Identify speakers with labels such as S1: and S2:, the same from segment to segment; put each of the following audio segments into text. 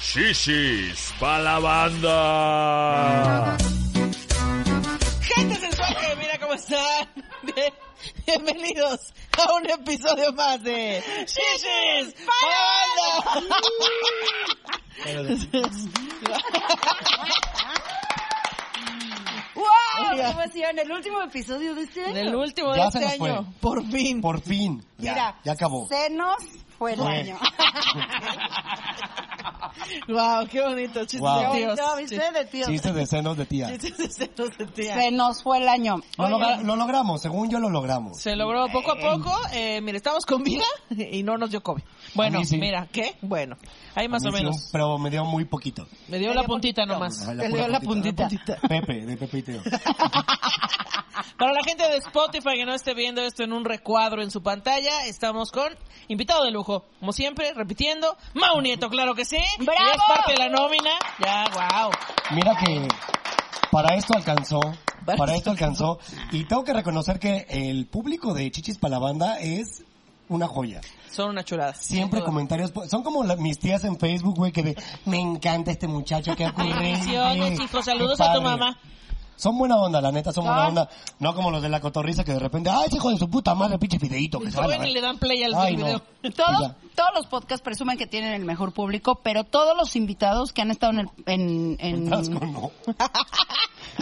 S1: Shishis pa' la banda.
S2: Gente sensual, mira cómo están. Bien- bienvenidos a un episodio más de Shishis para la
S3: ¡Wow!
S2: Oiga.
S3: ¡Qué emoción! El último episodio de este
S2: En
S3: año.
S2: el último de
S4: Ya
S2: este
S4: se nos fue.
S2: año, por fin.
S4: Por fin. Ya,
S3: Mira,
S4: ya acabó.
S3: Se nos fue el
S4: Fue.
S3: año.
S2: Wow, qué bonito, chistes
S4: Guau.
S2: de tíos.
S3: No, ¿viste? De tíos.
S4: Chiste de senos de tía.
S2: Chistes de senos de tía.
S3: Se nos fue el año.
S4: Lo,
S2: Ah,
S3: Oye,
S4: logra- lo logramos, según yo lo logramos.
S2: Se logró poco a poco. Eh, mira, estamos con vida y no nos dio COVID. Bueno,
S4: A mí sí.
S2: mira, ¿qué? Bueno, ahí más
S4: A
S2: o
S4: mí sí,
S2: menos.
S4: pero me dio muy poquito.
S2: Me dio la puntita nomás.
S4: Ah,
S3: Le
S4: pura
S3: dio la puntita.
S4: Pepe, de Pepe y Teo.
S2: Para la gente de Spotify que no esté viendo esto en un recuadro en su pantalla, estamos con invitado de lujo, como siempre, repitiendo, Mau Nieto, claro que sí.
S3: ¡Bravo!
S2: Y es parte de la nómina. Ya, wow.
S4: Mira que para esto alcanzó.
S2: Para
S4: Para
S2: esto
S4: esto alcanzó. Y tengo que reconocer que el público de Chichis para la banda es una joya.
S2: Son una chulada.
S4: Siempre comentarios. po- Son como la- mis tías en Facebook, güey, que de, me encanta este muchacho, qué
S2: Bendiciones,
S4: ocurrente.
S2: hijos.
S4: qué
S2: Saludos a tu
S4: padre".
S2: mamá.
S4: Son buena onda, la neta, son buena
S3: Ah.
S4: onda. No como los de la cotorriza que de repente, ¡ay, ese hijo de su puta madre, pinche fideíto! Que se va a la
S2: Bueno, Pues y le
S4: ver-".
S2: dan play al
S4: Ay,
S2: video.
S4: no.
S3: Todos,
S4: Ya.
S3: todos los podcasts presumen que tienen el mejor público, pero todos los invitados que han estado en el... En, en-
S4: El frasco no.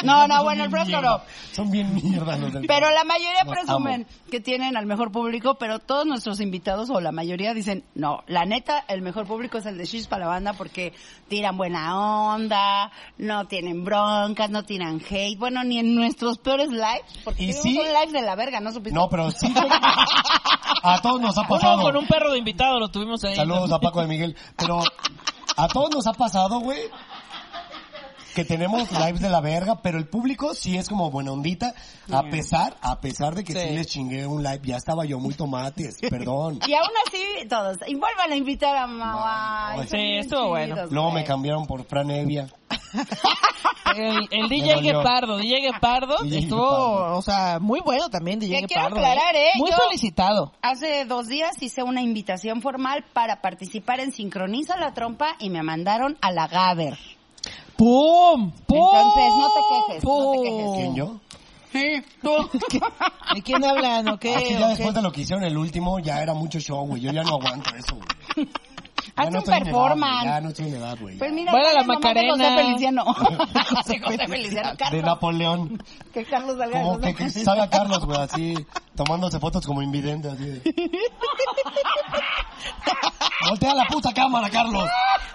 S3: No, no,
S4: Son
S3: bueno, el
S4: bien
S3: frasco no.
S4: mierda. Son bien mierda los del
S3: Pero la mayoría
S4: Los
S3: presumen que tienen al mejor público, pero todos nuestros invitados o la mayoría dicen, no, la neta, el mejor público es el de Shish para la banda porque tiran buena onda, no tienen broncas, no tiran hate, bueno, ni en nuestros peores lives, porque
S4: ¿Y
S3: tuvimos
S4: sí?
S3: un live de la verga, ¿no supiste?
S4: No, pero sí. fue- A todos nos ha
S2: Uno con
S4: pasado.
S2: un perro de invitado lo tuvimos ahí.
S4: Saludos a Paco de Miguel. Pero a todos nos ha pasado, güey. Que tenemos lives de la verga, pero el público sí es como buena ondita. A pesar, a pesar de que sí,
S2: Sí.
S4: les chingué un live, ya estaba yo muy tomates, perdón.
S3: Y aún así, todos, y vuelvan a invitar a mamá.
S4: Ay,
S3: son
S2: sí,
S3: bien
S2: estuvo bueno.
S3: chidos,
S4: Luego me
S3: güey.
S4: cambiaron por Fran Evia.
S2: El, el
S4: Me
S2: DJ
S4: dolió.
S2: Guepardo, DJ Guepardo
S4: DJ
S2: estuvo,
S4: Guepardo.
S2: o sea, muy bueno también DJ
S3: Que quiero
S2: Guepardo.
S3: aclarar, ¿eh?
S2: Muy
S3: Yo-
S2: felicitado.
S3: Hace dos días hice una invitación formal para participar en Sincroniza la Trompa y me mandaron a la Gaber.
S2: ¡Pum! ¡Pum!
S3: Entonces, no te quejes, no te quejes.
S2: ¡Pum!
S4: ¿Quién yo?
S3: Sí,
S2: ¿De quién hablan? ¿O qué?
S4: Aquí
S2: ¿O
S4: Ah, ya
S2: qué?
S4: después de lo que hicieron el último, ya era mucho show, güey. Yo ya no aguanto eso, güey. Ya
S3: Hazte un
S4: estoy en edad,
S3: performance.
S4: güey, Ya no estoy en edad, güey.
S3: Pues mira,
S2: Bueno, la
S3: dale nomás de
S2: Macarena.
S3: José Feliciano. De José Feliciano,
S4: De
S3: Carlos.
S4: Napoleón.
S3: Que Carlos salga de
S4: Como
S3: José
S4: que, que
S3: Feliciano.
S4: sabe a Carlos, güey, así, tomándose fotos como invidente, así. de- Voltea la puta cámara, Carlos.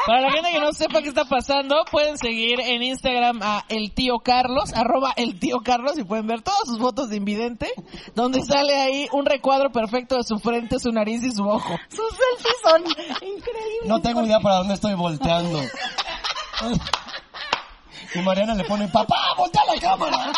S2: Para la gente que no sepa qué está pasando, pueden seguir en Instagram a el tío Carlos, arroba el tío Carlos, y pueden ver todas sus fotos de invidente, donde sale ahí un recuadro perfecto de su frente, su nariz y su ojo.
S3: Sus selfies son increíbles.
S4: No tengo idea para dónde estoy volteando. Y Mariana le pone, papá, voltea la cámara.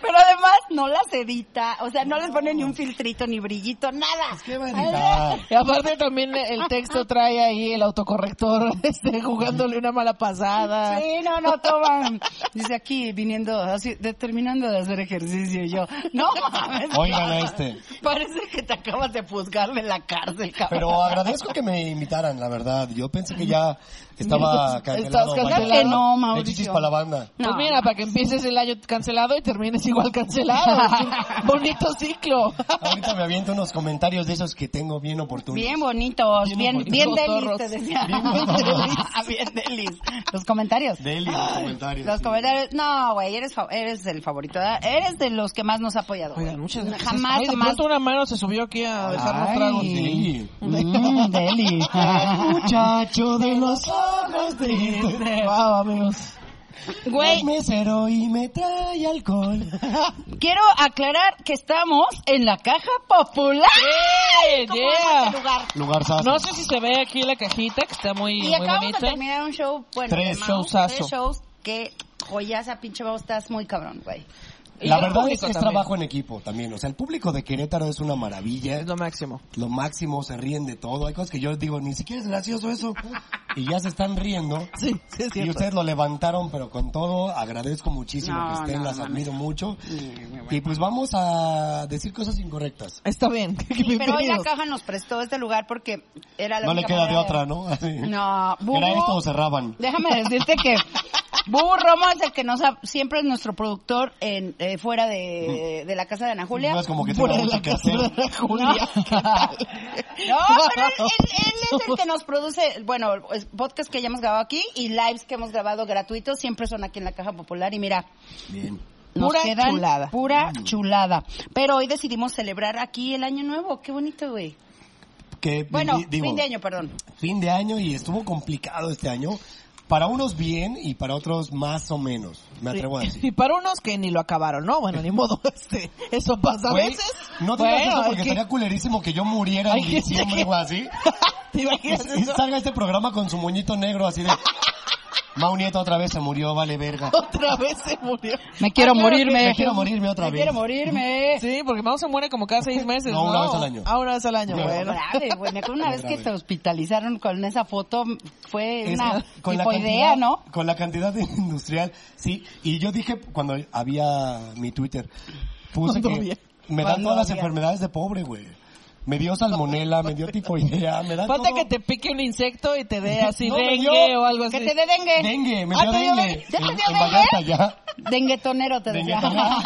S3: Pero además no las edita, o sea, no les pone ni un filtrito, ni brillito, nada.
S4: ¿Qué va a editar?
S2: Y aparte también el texto trae ahí el autocorrector, este, jugándole una mala pasada.
S3: Sí, no, no, toman. Dice aquí, viniendo, así, de- terminando de hacer ejercicio, y yo, no mames.
S4: Oigan a este.
S3: Parece que te acabas de juzgar de la cárcel, cabrón.
S4: Pero agradezco que me invitaran, la verdad. Yo pensé que ya estaba cancelado.
S2: Estás
S4: Mariana.
S2: cancelado. Que
S3: no,
S4: De
S3: Mauricio.
S4: Chichis para la banda.
S3: No.
S2: Pues mira, para que empieces el año cancelado y termines igual cancelado. Es un bonito ciclo.
S4: Ahorita me aviento unos comentarios de esos que tengo bien oportunos.
S3: Bien bonitos,
S4: Bien
S3: bien,
S4: bonitos.
S3: bien, delis,
S2: Cotorros.
S3: te decía.
S4: Bien
S3: Ah, bien delis. Los comentarios.
S4: Deli, los comentarios.
S3: Los
S4: sí.
S3: comentarios. No, güey, eres, fa- eres el favorito. ¿verdad? Eres de los que más nos ha apoyado. güey.
S2: Oigan, muchas gracias.
S3: Jamás,
S2: Ay, de
S3: jamás.
S2: pronto una mano se subió aquí a dejarnos
S4: Ay.
S2: tragos.
S4: Sí.
S3: Mm, deli.
S4: Muchacho de los ojos de
S2: Wow, amigos.
S3: Güey,
S4: Es mesero y me trae alcohol.
S3: quiero aclarar que estamos en la caja popular.
S2: ¡Eh!
S3: ¿Cómo
S2: yeah.
S3: amo este lugar?
S4: Lugar sas.
S2: No sé si se ve aquí la cajita, que está muy, ¿eh?
S3: Y
S2: muy
S3: acabamos de
S2: bonita.
S3: terminar un show, bueno,
S4: Tres
S3: de Mau,
S2: showsazo.
S3: tres shows que joyaza, pinche Mau, estás muy cabrón, güey.
S2: Y
S4: La
S2: el
S4: verdad es
S2: público
S4: que es
S2: también.
S4: trabajo en equipo también. O sea, el público de Querétaro es una maravilla.
S2: Es lo máximo.
S4: Lo máximo, se ríen de todo. Hay cosas que yo digo, ni siquiera es gracioso eso. Y ya se están riendo.
S2: Sí, sí, es
S4: Y
S2: cierto.
S4: ustedes lo levantaron, pero con todo, agradezco muchísimo
S3: No,
S4: que estén,
S3: no,
S4: las
S3: no,
S4: admiro mucho.
S3: Mm,
S4: Y pues vamos a decir cosas incorrectas.
S2: Está bien.
S3: pero hoy la
S2: Bienvenidos.
S3: caja nos prestó este lugar porque era la
S4: No le
S3: única
S4: queda de
S3: manera
S4: otra, ¿no? Así.
S3: No, Bubu.
S4: Era esto o cerraban.
S3: Déjame decirte que Bubu Romo es el que nos ha- siempre es nuestro productor en eh, fuera de, de la casa de Ana Julia.
S4: No es como que
S2: Fuera
S4: tenga
S2: de la
S4: mucho que
S2: casa
S4: hacer.
S2: de Ana Julia.
S3: No.
S2: ¿Qué tal?
S3: No, pero él, él- él es el que nos produce, bueno, es- podcast que ya hemos grabado aquí y lives que hemos grabado gratuitos siempre son aquí en la Caja Popular y mira,
S4: Bien.
S3: nos
S2: Pura
S3: quedan
S2: chulada.
S3: pura
S4: Mm.
S3: chulada. Pero hoy decidimos celebrar aquí el Año Nuevo, qué bonito, güey.
S4: Que,
S3: Bueno,
S4: di- digo,
S3: fin de año, perdón.
S4: Fin de año y estuvo complicado este año. Para unos bien y para otros más o menos. Me atrevo a decir.
S2: Y para unos que ni lo acabaron, ¿no? Bueno, ni modo, este, eso pasa a
S4: Güey,
S2: veces.
S4: No digas
S2: Bueno,
S4: eso
S2: hay
S4: porque
S2: que-
S4: estaría culerísimo que yo muriera
S2: hay
S4: en
S2: que-
S4: diciembre o así.
S2: ¿Te
S4: Y,
S2: imaginas
S4: y
S2: eso?
S4: salga este programa con su moñito negro así de... Mau Nieto otra vez se murió, vale verga.
S2: Otra vez se murió. Ah,
S3: Me quiero morirme.
S4: Me quiero morirme otra
S3: Me
S4: vez.
S3: quiero morirme.
S2: Sí, porque Mao se muere como cada seis meses.
S4: No, una vez al año.
S2: Ah, una vez al año,
S4: No,
S2: bueno.
S3: Grave, güey. Me acuerdo una
S4: Muy
S3: vez que
S4: grave.
S3: te hospitalizaron con esa foto, fue
S4: Es
S3: una
S4: con la
S3: tipo
S4: cantidad-
S3: idea, ¿no?
S4: Con la cantidad de industrial, sí. Y yo dije, cuando había mi Twitter, puse
S2: Cuando
S4: que
S2: había.
S4: me dan
S3: Cuando
S4: todas las
S3: había.
S4: enfermedades de pobre, güey. Me dio salmonela, me dio tifoidea, me da
S2: Falta
S4: todo.
S2: que te pique un insecto y te dé así
S4: No, me
S2: dengue
S4: dio-
S2: o algo así.
S3: Que te dé dengue.
S4: Dengue, me
S3: Ah,
S4: dio
S3: ¿te dio
S4: dengue.
S3: ¿Ya te dio
S4: En- en Vallarta,
S3: dengue?
S4: ya.
S3: Denguetonero te
S4: Dengue
S3: decía.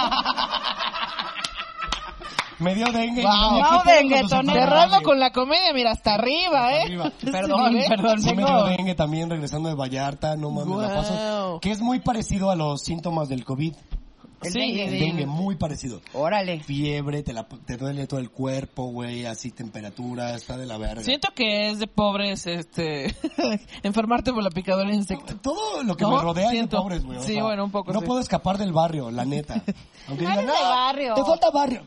S4: Me dio dengue.
S3: Wow.
S4: ¿Qué
S3: No,
S4: pedo con
S3: dengue,
S4: tus
S3: Tonel.
S4: enfermedades?
S2: Cerrando con la comedia, mira, hasta arriba, ¿eh?
S4: Arriba.
S2: Este
S3: Perdón,
S2: nivel.
S3: perdón.
S4: Sí me dio
S3: Tengo-
S4: dengue también regresando de Vallarta, no mames, la
S2: Guau.
S4: paso. Que es muy parecido a los síntomas del COVID.
S3: El
S2: Sí,
S3: dengue.
S2: sí.
S4: Dengue, muy parecido.
S3: Órale.
S4: fiebre, te, la, te duele todo el cuerpo, güey, así temperatura, está de la verga.
S2: Siento que es de pobres, este, enfermarte por la picadora de insecto.
S4: Todo lo que
S2: No,
S4: me rodea
S2: siento.
S4: es de pobres, güey. o
S2: Sí,
S4: sea,
S2: bueno, un poco,
S4: No
S2: sí.
S4: puedo escapar del barrio, la neta. Aunque
S3: No
S4: digan,
S3: eres de
S4: "Ah,
S3: barrio".
S4: Te falta barrio.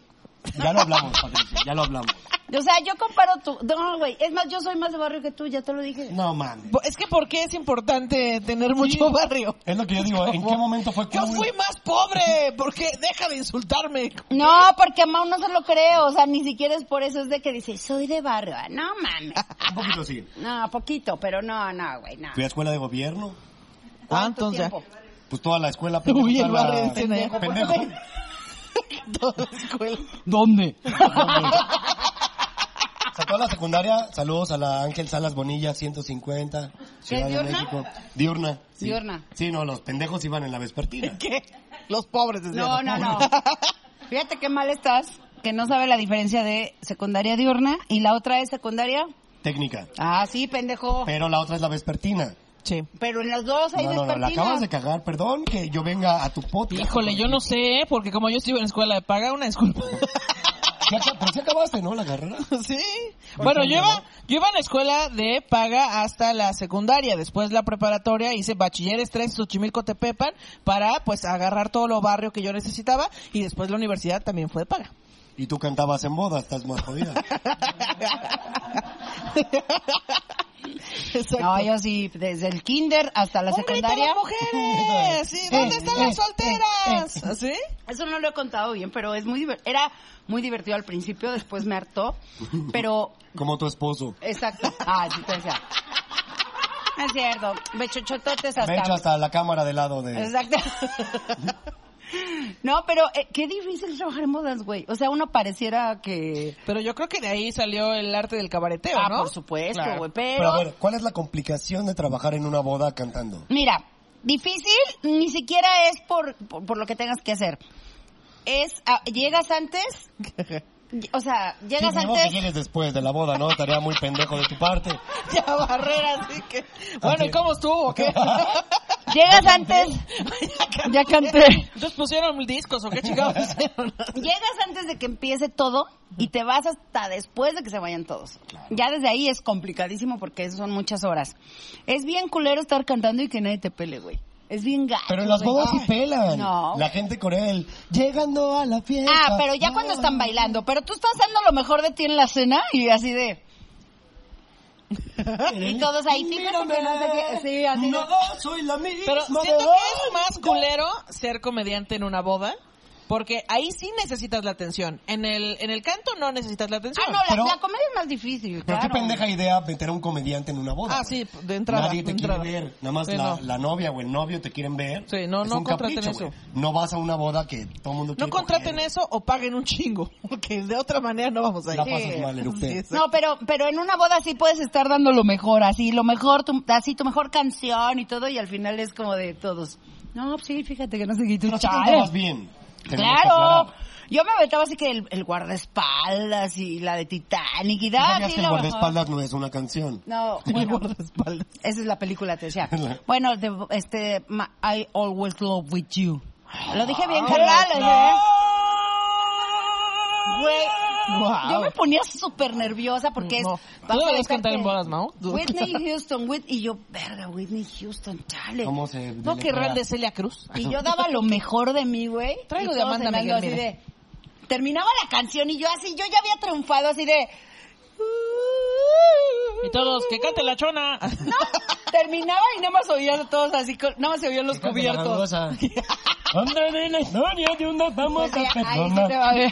S4: Ya lo hablamos, Patricia, ya lo hablamos.
S3: O sea, yo comparo tu... No, güey. Es más, yo soy más de barrio que tú, ya te lo dije.
S4: No mames.
S2: Po- Es que ¿por qué es importante tener mucho barrio?
S4: Es lo que yo digo, ¿en qué momento fue
S2: Yo
S4: cool?
S2: fui más pobre, porque deja de insultarme.
S3: No, porque a Mau no se lo creo. O sea, ni siquiera es por eso. Es de que dice, soy de barrio. Ah, No, mames.
S4: Un poquito así.
S3: No, poquito, pero no, no, güey, no.
S4: Fui a escuela de gobierno,
S2: Ah,
S3: ¿Cuánto
S2: entonces.
S3: tiempo?
S4: pues toda la escuela. pendejo,
S2: Uy,
S4: toda
S2: el
S4: la-
S2: barrio de Cena,
S3: Pendejo,
S4: Pendejo.
S2: toda la escuela.
S3: ¿Dónde?
S4: O sea, toda la secundaria, saludos a la Ángel Salas Bonilla, 150, Ciudad de
S3: diurna?
S4: México. Diurna. sí.
S3: Diurna.
S4: Sí, no, los pendejos iban en la vespertina.
S2: ¿Qué? Los pobres. decían.
S3: No, no, no. Fíjate qué mal estás, que no sabe la diferencia de secundaria diurna y la otra es secundaria.
S4: Técnica.
S3: Ah, sí, pendejo.
S4: Pero la otra es la vespertina.
S2: Sí.
S3: Pero en las dos hay
S4: No, no, no, la
S3: vespertina.
S4: acabas de cagar, perdón que yo venga a tu podcast.
S2: Híjole, yo no sé, ¿eh? porque como yo estuve en escuela de paga, una disculpa.
S4: Sí aca- Pero sí acabaste, ¿no? La carrera.
S2: Sí. Bueno, yo iba, yo iba a la escuela de paga hasta la secundaria, después la preparatoria, hice bachilleres 3, Xochimilco, Tepepan, para pues agarrar todo lo barrio que yo necesitaba y después la universidad también fue de paga.
S4: Y tú cantabas en boda, estás más jodida.
S2: Exacto.
S3: No, yo sí, desde el kinder hasta la
S2: Un grito a las
S3: secundaria.
S2: mujeres! Sí, ¿Dónde
S4: Eh,
S2: están
S4: eh,
S2: las solteras?
S3: eh,
S2: ¿Sí?
S3: Eso no lo he contado bien, pero es muy diver- era muy divertido al principio, después me hartó, pero
S4: Como tu esposo.
S3: exacto. Ah, sí te decía. Es cierto, bechochototes hasta
S4: Me echo hasta la cámara de lado de...
S3: Exacto. No, pero eh, qué difícil trabajar en modas, güey. O sea, uno pareciera que...
S2: Pero yo creo que de ahí salió el arte del cabareteo,
S3: Ah,
S2: ¿no?
S3: por supuesto,
S2: Claro.
S3: güey.
S4: Pero a
S3: Pero,
S4: ver, ¿cuál es la complicación de trabajar en una boda cantando?
S3: mira, difícil ni siquiera es por, por, por lo que tengas que hacer. Es, ah, llegas antes, y- o sea,
S4: Sí,
S3: llegas
S4: digo que
S3: antes...
S4: quieres después de la boda, ¿no? Estaría muy pendejo de tu parte.
S2: Ya barrera, así que... Bueno, ¿y cómo estuvo? o ¿Qué?
S3: Llegas antes... Ya canté.
S2: Entonces pusieron discos o qué chingados hicieron.
S3: Llegas antes de que empiece todo y te vas hasta después de que se vayan todos. Ya desde ahí es complicadísimo porque son muchas horas. Es bien culero estar cantando y que nadie te pele, güey. Es bien gato.
S4: Pero en las bodas sí pelan.
S3: Pues No.
S4: La gente con él, llegando a la fiesta.
S3: Ah, pero ya cuando están bailando. Pero tú estás dando lo mejor de ti en la cena y así de... Y todos ahí, fíjate que no sé qué. Sí, así de- "Ah,
S4: No, soy la misma.
S2: Pero
S4: de
S2: siento que es
S4: hoy.
S2: más culero ser comediante en una boda Porque ahí sí necesitas la atención. En el, en el canto no necesitas la atención.
S3: Ah, no, la,
S4: Pero-
S3: la comedia es más difícil,
S4: Pero
S3: claro.
S4: qué pendeja idea meter a un comediante en una boda.
S2: Ah,
S4: güey.
S2: sí, de entrada,
S4: Nadie te
S2: de
S4: quiere
S2: entrada.
S4: ver. Nada más
S2: Sí,
S4: la,
S2: no.
S4: la novia o el novio te quieren ver.
S2: Sí, no,
S4: es
S2: no
S4: un
S2: contraten
S4: capricho, güey.
S2: eso.
S4: No vas a una boda que todo el mundo
S2: No
S4: quiere
S2: contraten
S4: coger.
S2: eso o paguen un chingo, porque de otra manera no vamos a ir.
S4: La pasas mal, Eructé.
S2: Sí, sí.
S3: No, pero, pero en una boda sí puedes estar dando lo mejor, así, lo mejor, tu- así tu mejor canción y todo, y al final es como de todos. No, pues sí, fíjate que no sé qué y tú,
S4: Pero sí te
S3: chale.
S4: llevas bien. Tenemos que
S3: Claro.
S4: aclarar.
S3: Yo me aventaba así que el, el guardaespaldas y la de Titanic y
S4: ¿Tú
S3: da.
S4: sabías
S3: Ah, sí,
S4: que el
S3: la
S4: guardaespaldas no es una canción?
S3: bajaba. No,
S2: El
S3: bueno,
S2: guardaespaldas.
S3: esa es la película, te decía.
S4: La-
S3: Bueno, de, este, ma- I always love with you.
S4: Ah,
S3: Lo dije
S2: Ah,
S3: bien, carnal,
S2: Carnales,
S3: ¿eh?
S2: ¿eh?
S3: Güey,
S2: Wow.
S3: yo me ponía súper nerviosa porque
S2: No.
S3: es...
S2: ¿Tú
S3: vas a
S2: deberías
S3: estar
S2: cantar en
S3: que-
S2: bodas, Mau? Tú.
S3: Whitney Houston, Whit- y yo, verga, Whitney Houston, chale.
S4: ¿Cómo se
S2: ¿No querrán de Celia Cruz?
S3: Y yo daba lo mejor de mí, güey.
S2: Traigo
S3: Y
S2: de
S3: todos
S2: Amanda
S3: en algo
S2: Miguel,
S3: así
S2: mira.
S3: de- Terminaba la canción y yo así, yo ya había triunfado así de...
S2: Y todos, que cante la chona.
S3: No, terminaba y nada más oían todos así, con- nada más se oían los cubiertos.
S4: Hombre de la historia de una
S3: Pues
S4: famosa
S3: ya, ahí sí te
S4: persona.
S3: va bien.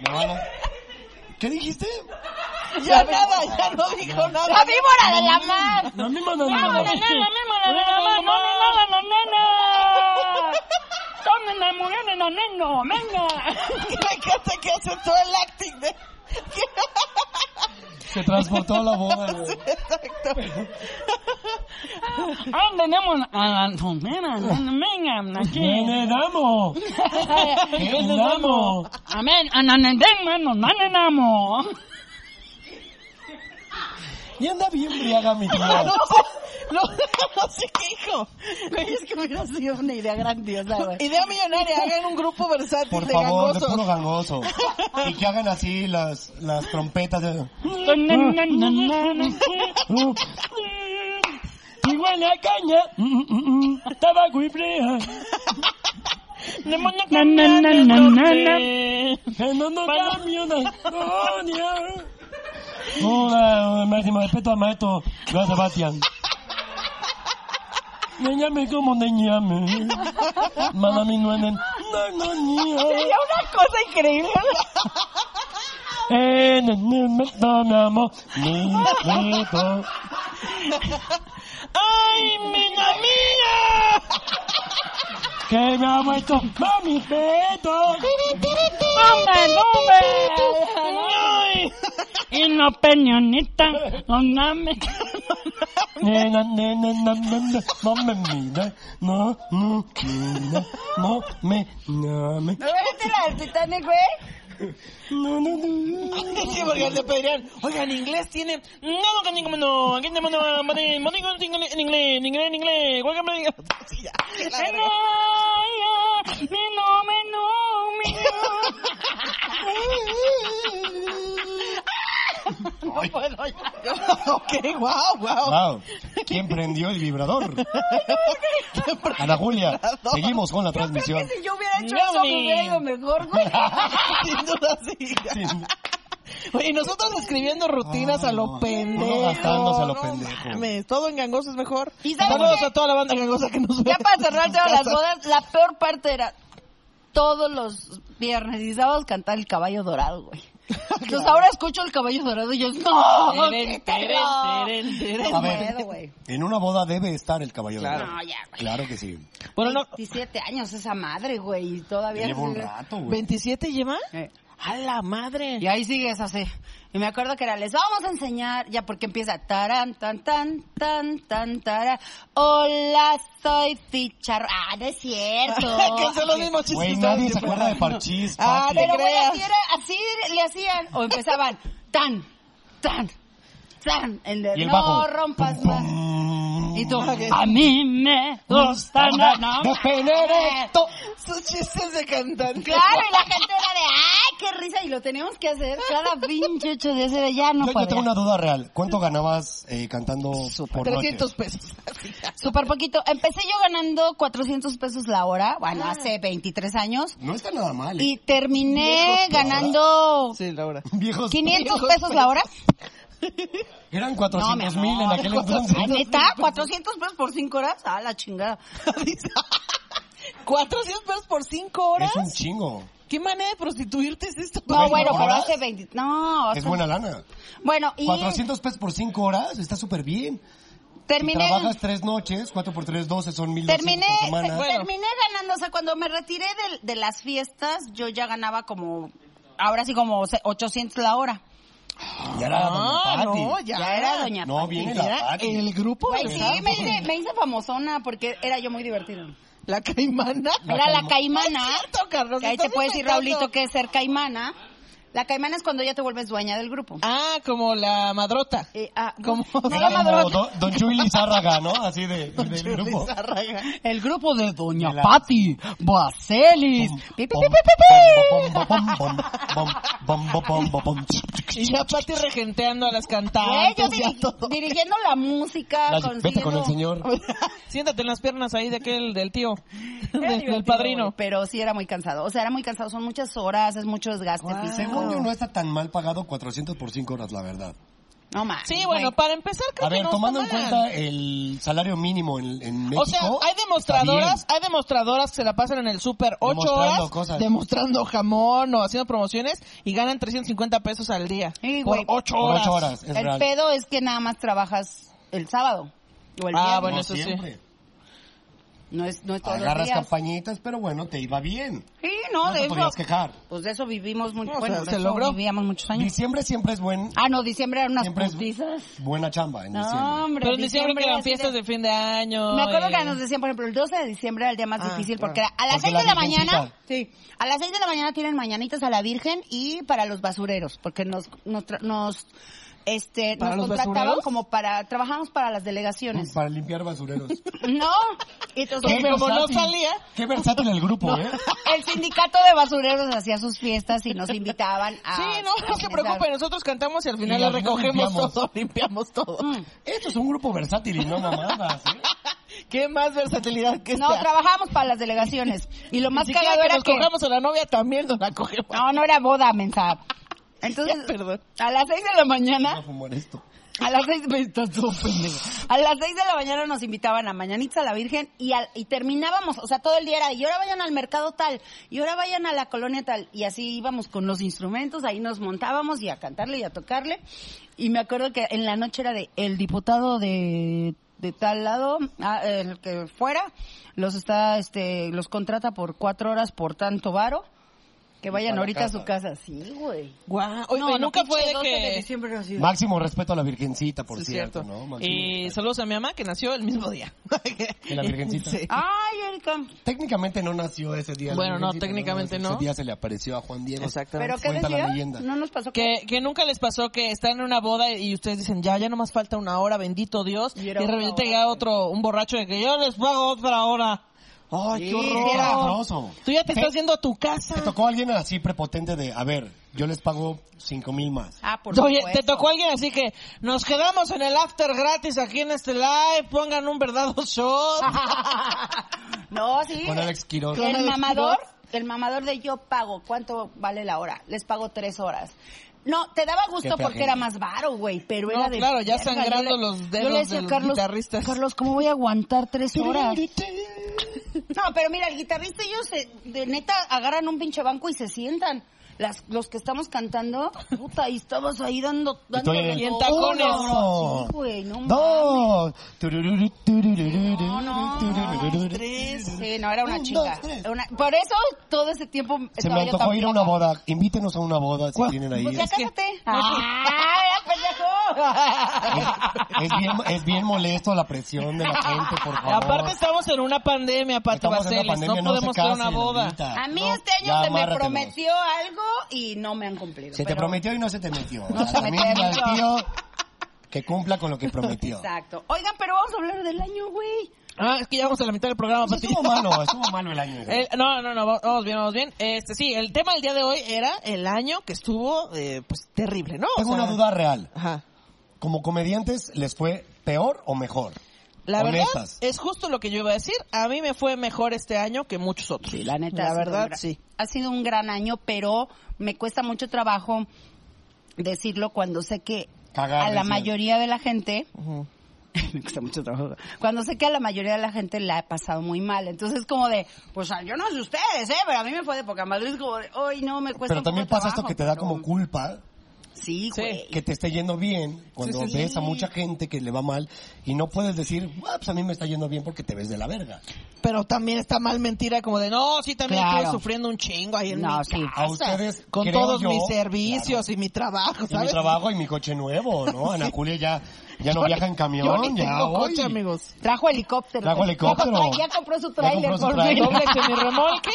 S4: Me van a- ¿Qué dijiste?
S2: Ya nada, ya no dijo nada.
S3: ¡La víbora de la mar!
S4: La misma no, no, no.
S2: Me encanta que hace todo el acting de...
S4: Se transportó a la boda, güey.
S2: Exacto.
S5: Ah, tenemos a la Antonera, venga, aquí.
S4: ¡Generamos! ¡Generamos!
S5: Amén, ananendén, mano, nanenamo.
S4: Y anda bien briaga mi tía.
S2: No sé, no, no sé qué hijo.
S3: Güey, es que hubiera sido una idea grandiosa, güey.
S2: Idea millonaria, hagan un grupo versátil
S4: Por
S2: de
S4: favor, de
S2: gangosos.
S4: puro gangoso. Y que hagan así las, las trompetas. de- Igual la caña. mm, mm, mm, Tabaco y brea. Que no nos cambie una historia. Hola, máximo respeto al maestro. Gracias, Sebastián. Niñame como niñame. Manami no en el... No, no, niña.
S3: Sería una cosa increíble.
S4: En el momento, mi amor, mi grito.
S2: ¡Ay, niña mía!
S4: Que me ha vuelto mami feto.
S5: ¡Hombre, hombre! Y los peñonistas, los names.
S4: Nena, nena, nena, nena, no me mira. No, no, mira. No me, no me.
S3: ¿No viste la del Titanic, güey?
S4: No, no, no.
S2: Sí, porque te pedirían, oigan, inglés tiene... No, no, que ni como no, aquí tenemos no, money, money, con- en inglés, en inglés, en inglés, en inglés, cualquier manera. Sí, ya, la
S5: Ay,
S2: verga.
S5: ay, mi no, mi no, mi no.
S2: No puedo, ya. ok, wow, wow.
S4: Wow, ¿quién prendió el vibrador? Ana Julia, seguimos con la transmisión.
S3: Si yo hubiera hecho
S2: No,
S3: eso,
S2: ni-
S3: me hubiera ido mejor, güey.
S2: Sin duda, sí. Oye, y nosotros escribiendo rutinas
S4: Ah,
S2: a lo
S4: no.
S2: pendejo.
S4: Uno gastándose a lo
S2: No
S4: pendejo.
S2: mames, todo en gangoso es mejor.
S3: ¿Y sabes
S2: Saludos
S3: qué?
S2: a toda la banda gangosa que nos ve.
S3: Ya para cerrar
S2: en sus
S3: todas las
S2: casas.
S3: bodas, la peor parte era todos los viernes y sábados cantar el caballo dorado, güey. Entonces ahora escucho el caballo dorado y yo, ¡no!
S2: Teren,
S3: qué terror!
S2: teren, teren,
S3: Qué
S2: teren.
S4: A ver.
S3: miedo, güey.
S4: En una boda debe estar el caballero.
S2: Claro.
S3: No, ya, güey.
S4: Claro que sí.
S2: Bueno, no,
S3: 17 años esa madre, güey, y todavía...
S4: Llevo un
S3: sigues-
S4: rato, güey.
S2: 27 lleva.
S3: Eh,
S2: A la madre.
S3: Y ahí sigues así. Y me acuerdo que era, les vamos a enseñar, ya porque empieza tarán, tan, tan, tan, tan, tarán. Hola, soy Ficharro. Ah, no es cierto.
S2: que son los mismos chistes.
S4: Güey,
S2: que
S4: nadie
S2: ustedes
S4: se
S2: siempre
S4: acuerda de
S2: hacen.
S4: Parchís.
S2: Ah,
S4: papi.
S2: te
S3: Pero bueno,
S2: creas.
S3: así, era- así le hacían. O empezaban tan, tan, ¡San! El de,
S4: Y el
S3: no
S4: bajo.
S3: rompas
S4: Pum,
S3: más.
S4: pum.
S3: Y tú, a mí me gusta. No, no.
S4: De Benedetto.
S2: Sus chistes de cantante.
S3: Claro, y la gente era de, ¡ay, qué risa! Y lo teníamos que hacer cada pinche ocho días. Era ya no
S4: Yo, yo
S3: podía.
S4: tengo una duda real. ¿Cuánto ganabas eh, cantando por noche?
S2: 300 pesos.
S3: Súper poquito. Empecé yo ganando 400 pesos la hora, bueno,
S4: Ah.
S3: hace 23 años.
S4: No está nada mal. ¿eh?
S3: Y terminé ganando
S2: Sí, Laura.
S4: Viejos.
S3: 500 pesos la hora.
S4: Eran 400
S3: No, mi
S4: mil en
S3: amor,
S4: aquel
S3: 400
S4: entonces.
S3: Ay, neta, 400 pesos por 5 horas. Ah, la chingada.
S2: Dice, 400 pesos por 5 horas.
S4: Es un chingo.
S2: ¿Qué manera de prostituirte es esto?
S3: No, bueno, pero
S4: horas?
S3: hace 20. No, o
S4: Es
S3: sea,
S4: buena lana.
S3: Bueno, y
S4: 400 pesos por 5 horas está súper bien. Si
S3: terminé.
S4: trabajas 3 noches, 4 por 3, 12 son 1200
S3: Terminé, eh,
S4: por semana.
S2: Bueno.
S3: terminé ganando, o sea, cuando me retiré del- de, las fiestas, yo ya ganaba como, ahora sí como se- 800 la hora.
S4: Ya era Doña
S2: Ah,
S4: Patti.
S2: no, ya.
S3: Ya era doña
S4: No, viene la
S2: Era
S4: Patti.
S2: Ah, el grupo
S3: Güey,
S2: ¿verdad?
S3: sí, me hice, me hice famosona porque era yo muy divertido.
S2: La caimana.
S3: Era la caimana.
S2: Es cierto, Carlos,
S3: que ahí te
S2: estás
S3: puedes decir,
S2: inventando.
S3: Raulito, que es ser caimana. La caimana es cuando ya te vuelves dueña del grupo.
S2: Ah, como la madrota.
S3: Eh, ah,
S2: Como-
S3: no,
S4: Era
S3: la
S4: como
S3: madrota.
S4: Do- Don Chuy Lizárraga, ¿no? Así de, del grupo.
S3: El grupo de Doña
S4: De la-
S3: Patti Baselis. Pi, pi, pi, pi, pi, pi.
S2: Y ya Pati regenteando a las
S3: Güey,
S2: cantantes.
S3: yo
S2: y a
S3: diri-
S2: todo.
S3: dirigiendo la música.
S4: La- Vete con
S3: consiguiendo-
S4: el señor.
S2: Siéntate en las piernas ahí de aquel, del tío,
S3: Era
S2: este, del,
S3: divertido,
S2: del padrino.
S3: güey, Pero sí era muy cansado. O sea, era muy cansado. Son muchas horas, es mucho desgaste físico.
S4: Según yo, no está tan mal pagado 400 por 5 horas, la verdad.
S3: No más.
S2: Sí, bueno, para empezar creo
S4: A
S2: que
S4: ver,
S2: no
S4: tomando en
S2: está mal.
S4: cuenta el salario mínimo en, en México.
S2: O sea, hay
S4: está
S2: demostradoras, hay demostradoras que se la pasan en el súper ocho
S4: Demostrando
S2: horas
S4: cosas.
S2: demostrando jamón o haciendo promociones y ganan 350 pesos al día
S3: Sí,
S2: por
S3: güey.
S2: ocho
S4: Por
S2: horas.
S4: ocho horas, es
S3: el
S4: real.
S3: pedo es que nada más trabajas el sábado. O el
S2: Ah,
S3: viernes.
S2: bueno,
S4: Como
S2: eso sí.
S4: siempre.
S3: No es, no es todos los
S4: Agarras
S3: días.
S4: campañitas, pero bueno, te iba bien.
S3: Sí, no,
S4: No te
S3: de
S4: podías
S3: eso.
S4: quejar.
S3: Pues de eso vivimos mucho.
S2: No, o
S3: bueno,
S2: sea,
S3: de
S2: se
S3: eso
S2: logró.
S3: vivíamos muchos años.
S4: Diciembre siempre es buen...
S3: Ah, no, diciembre eran unas
S4: Siempre es
S3: putizas.
S4: buena chamba en
S3: No,
S4: diciembre.
S3: hombre.
S2: Pero en diciembre que
S3: era
S2: eran
S3: así de-
S2: fiestas de fin de año.
S3: Me acuerdo
S2: y-
S3: que nos decían, por ejemplo, el 12 de diciembre era el día más
S2: Ah,
S3: difícil
S2: claro.
S3: porque era a las
S4: Porque
S3: 6
S4: la
S3: de la mañana,
S4: Virgencita.
S3: sí, a las 6 de la mañana tienen mañanitas a la Virgen y para los basureros, porque nos nos tra- nos este
S2: ¿Para
S3: nos
S2: los
S3: contrataban
S2: basureros?
S3: como para trabajamos para las delegaciones.
S4: Para limpiar basureros.
S3: No, entonces
S2: Qué como no
S4: versátil.
S2: salía.
S4: Qué versátil el grupo, ¿eh?
S3: el sindicato de basureros hacía sus fiestas y nos invitaban
S2: Ah,
S3: a
S2: Sí, no,
S3: a
S2: no se
S3: organizar.
S2: preocupe, nosotros cantamos y al final
S4: Y
S2: lo
S4: al final
S2: recogemos
S4: limpiamos.
S2: todo, limpiamos todo.
S3: Mm.
S4: Esto es un grupo versátil y no mamadas, ¿eh?
S2: ¿Qué más versatilidad que
S3: No,
S2: esta?
S3: trabajamos para las delegaciones y lo
S2: Ni
S3: más
S2: siquiera
S3: cagado
S2: que
S3: era
S2: nos
S3: que
S2: cojamos a la novia también nos la cogemos.
S3: No, no era boda, mensa. Entonces,
S2: Ya, perdón.
S3: a las seis de la
S4: Voy a
S3: mañana,
S4: fumar esto.
S3: a las seis, me estás todo pendejo. a las seis de la mañana nos invitaban a Mañanita a la Virgen y, al, y terminábamos, o sea, todo el día era, y ahora vayan al mercado tal, y ahora vayan a la colonia tal, y así íbamos con los instrumentos, ahí nos montábamos y a cantarle y a tocarle, y me acuerdo que en la noche era de, el diputado de de tal lado, ah, el que fuera, los está, este, los contrata por cuatro horas por tanto varo, que vayan
S4: para
S3: ahorita a su
S4: casa.
S3: casa, sí, güey.
S2: Guau, oye, y nunca fue de que...
S4: Máximo respeto a la Virgencita, por
S2: Sí, es
S4: cierto,
S2: cierto.
S4: ¿no? Máximo
S2: Y
S4: respeto.
S2: saludos a mi mamá que nació el mismo día.
S4: ¿Que la Virgencita?
S2: Sí.
S3: Ay, Erika.
S4: Técnicamente no nació ese día. la
S2: Bueno, no,
S4: Virgencita,
S2: técnicamente no.
S4: Ese día se le apareció a Juan Diego.
S2: Exactamente.
S3: ¿Pero qué
S4: Cuenta la
S3: decía?
S4: leyenda.
S3: No nos pasó que...
S2: Que, que nunca les pasó que están en una boda y ustedes dicen, ya, ya nomás falta una hora, bendito Dios.
S3: Y
S2: Y,
S3: era
S2: de
S3: una
S2: repente
S3: hora.
S2: llega otro, un borracho de que yo les pago otra hora. ¡Ay,
S3: Sí,
S2: qué horror!
S3: sí era
S4: horroroso.
S2: Tú ya te estás yendo a tu casa.
S4: Te tocó alguien así prepotente de, a ver, yo les pago cinco mil más.
S3: Ah, por
S2: Oye,
S3: supuesto.
S2: te tocó alguien así que nos quedamos en el after gratis aquí en este live, pongan un verdadero shot.
S3: No, sí.
S4: Con Alex Quiroz.
S2: Con
S3: El
S2: Alex
S3: mamador, el mamador de yo pago, ¿cuánto vale la hora? Les pago tres horas. No, te daba gusto
S4: Qué
S3: porque
S4: fea
S3: era
S4: gente.
S3: más varo, güey, pero
S2: No,
S3: era de...
S2: claro, ya
S3: verga,
S2: sangrando
S3: yo le-
S2: los dedos
S3: yo le decía,
S2: de los
S3: Carlos,
S2: guitarristas".
S3: Carlos, ¿cómo voy a aguantar tres horas?
S4: Pero
S3: No, pero mira, el guitarrista y yo, se, de neta, agarran un pinche banco y se sientan. Las, los que estamos cantando, puta, y estabas ahí dando... dando
S4: ahí.
S2: Y en tacones.
S3: Sí, güey, no mames.
S4: Dos. Turururu, turururu,
S3: No, no,
S4: turururu.
S3: Sí, no, era una
S4: Un,
S3: chinga.
S4: dos, tres.
S3: Era una- Por eso todo ese tiempo
S4: Se
S3: estaba
S4: me
S3: yo
S4: antojó
S3: tan
S4: ir a una
S3: flaca.
S4: boda. Invítenos a una boda si tienen ahí.
S3: Pues ya
S4: Es,
S3: cásate. ¡Ah, pendejo!
S4: es bien, es bien molesto la presión de la gente, por favor.
S2: Aparte estamos en una pandemia, Pati
S4: Estamos en una
S2: Baselis,
S4: pandemia,
S2: no
S4: se
S2: podemos tener una
S4: casen
S2: boda.
S4: ahorita.
S3: A mí
S4: Ah, No,
S3: este año
S4: ya
S3: se me
S4: amárratelos.
S3: prometió algo y no me han cumplido.
S4: Se te
S3: pero-
S4: prometió y no se te metió.
S3: No
S4: A
S3: se
S4: la
S3: me
S4: misma
S3: metió.
S4: tío, que cumpla con lo que prometió.
S3: Exacto. Oigan, pero vamos a hablar del año, güey.
S2: Ah, es que ya vamos a la mitad del programa,
S4: Sí,
S2: Pati.
S4: estuvo malo, estuvo malo el año. güey.
S2: El- Eh, no, no, no, vamos bien, vamos bien. Este, sí, el tema del día de hoy era el año que estuvo, eh, pues, terrible, ¿no? O
S4: Tengo
S2: sea,
S4: una duda real.
S2: Ajá.
S4: ¿Como comediantes les fue peor o mejor?
S2: La verdad,
S4: Honestas.
S2: es justo lo que yo iba a decir. A mí me fue mejor este año que muchos otros.
S3: Sí, la neta. ha
S2: La
S3: sido un
S2: verdad,
S3: gran-
S2: sí.
S3: Ha sido un gran año, pero me cuesta mucho trabajo decirlo cuando sé que
S4: Cagar,
S3: a la
S4: decías.
S3: mayoría de la gente,
S2: Ujú.
S3: me cuesta mucho trabajo, cuando sé que a la mayoría de la gente la ha pasado muy mal. Entonces, como de, pues yo no sé ustedes, ¿eh? Pero a mí me fue de poca madre. Es como de, ay, no, me cuesta
S4: Pero
S3: un
S4: también
S3: poco
S4: pasa esto
S3: Pues trabajo,
S4: que te da
S3: pero-
S4: como culpa
S3: Sí,
S2: Sí.
S3: güey.
S4: que te esté yendo bien cuando
S3: Sí, sí,
S4: ves
S3: sí.
S4: a mucha gente que le va mal y no puedes decir, "Ah, pues a mí me está yendo bien porque te ves de la verga.
S2: Pero también está mal mentira como de, no, sí, también
S3: Claro.
S2: estuve sufriendo un chingo ahí en
S3: No,
S2: mi
S3: sí.
S2: casa,
S4: A ustedes,
S2: Con
S4: creo
S2: todos
S4: yo,
S2: mis servicios y mi trabajo,
S4: Y
S2: ¿sabes?
S4: mi trabajo y mi coche nuevo, ¿no? Ana Julia ya, ya
S2: Yo
S4: no
S2: ni-
S4: viaja en camión,
S2: yo ni
S4: ya
S2: tengo
S4: hoy.
S2: coche, amigos.
S3: Trajo helicóptero.
S4: Trajo helicóptero.
S3: Ya compró su
S4: Ya
S3: trailer
S4: compró su
S3: por fin.
S4: tráiler.
S2: Doble que mi remolque.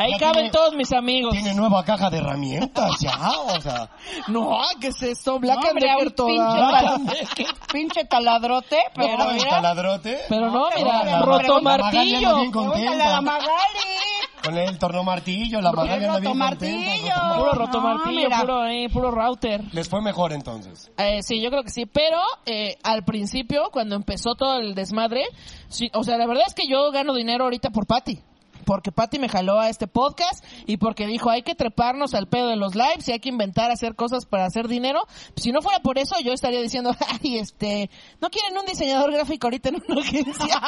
S2: Ahí
S4: Ya
S2: caben
S4: tiene-
S2: todos mis amigos.
S4: Tiene nueva caja de herramientas, ya, o sea.
S2: No, que es esto? Black
S3: No,
S2: and
S3: hombre,
S2: Decker
S3: un
S2: toda.
S3: pinche tal- pinche taladrote, pero
S4: no, el
S3: mira,
S4: taladrote.
S2: Pero no,
S4: Pero
S2: mira,
S4: la-
S2: roto
S4: la Magali anda
S2: martillo.
S4: bien contenta.
S3: pregúntale a la Magali.
S4: Con el torno martillo, la Magali anda bien
S3: rotomartillo.
S4: contenta, el rotomartillo.
S2: Puro roto
S3: No,
S2: martillo,
S3: mira.
S2: puro, eh, puro router.
S4: Les fue mejor entonces.
S2: Eh, sí, yo creo que sí, pero eh, al principio, cuando empezó todo el desmadre, sí, o sea, la verdad es que yo gano dinero ahorita por Patty. Porque Patty me jaló a este podcast y porque dijo, hay que treparnos al pedo de los lives y hay que inventar hacer cosas para hacer dinero. Si no fuera por eso, yo estaría diciendo, ay, este, ¿no quieren un diseñador gráfico ahorita en una agencia?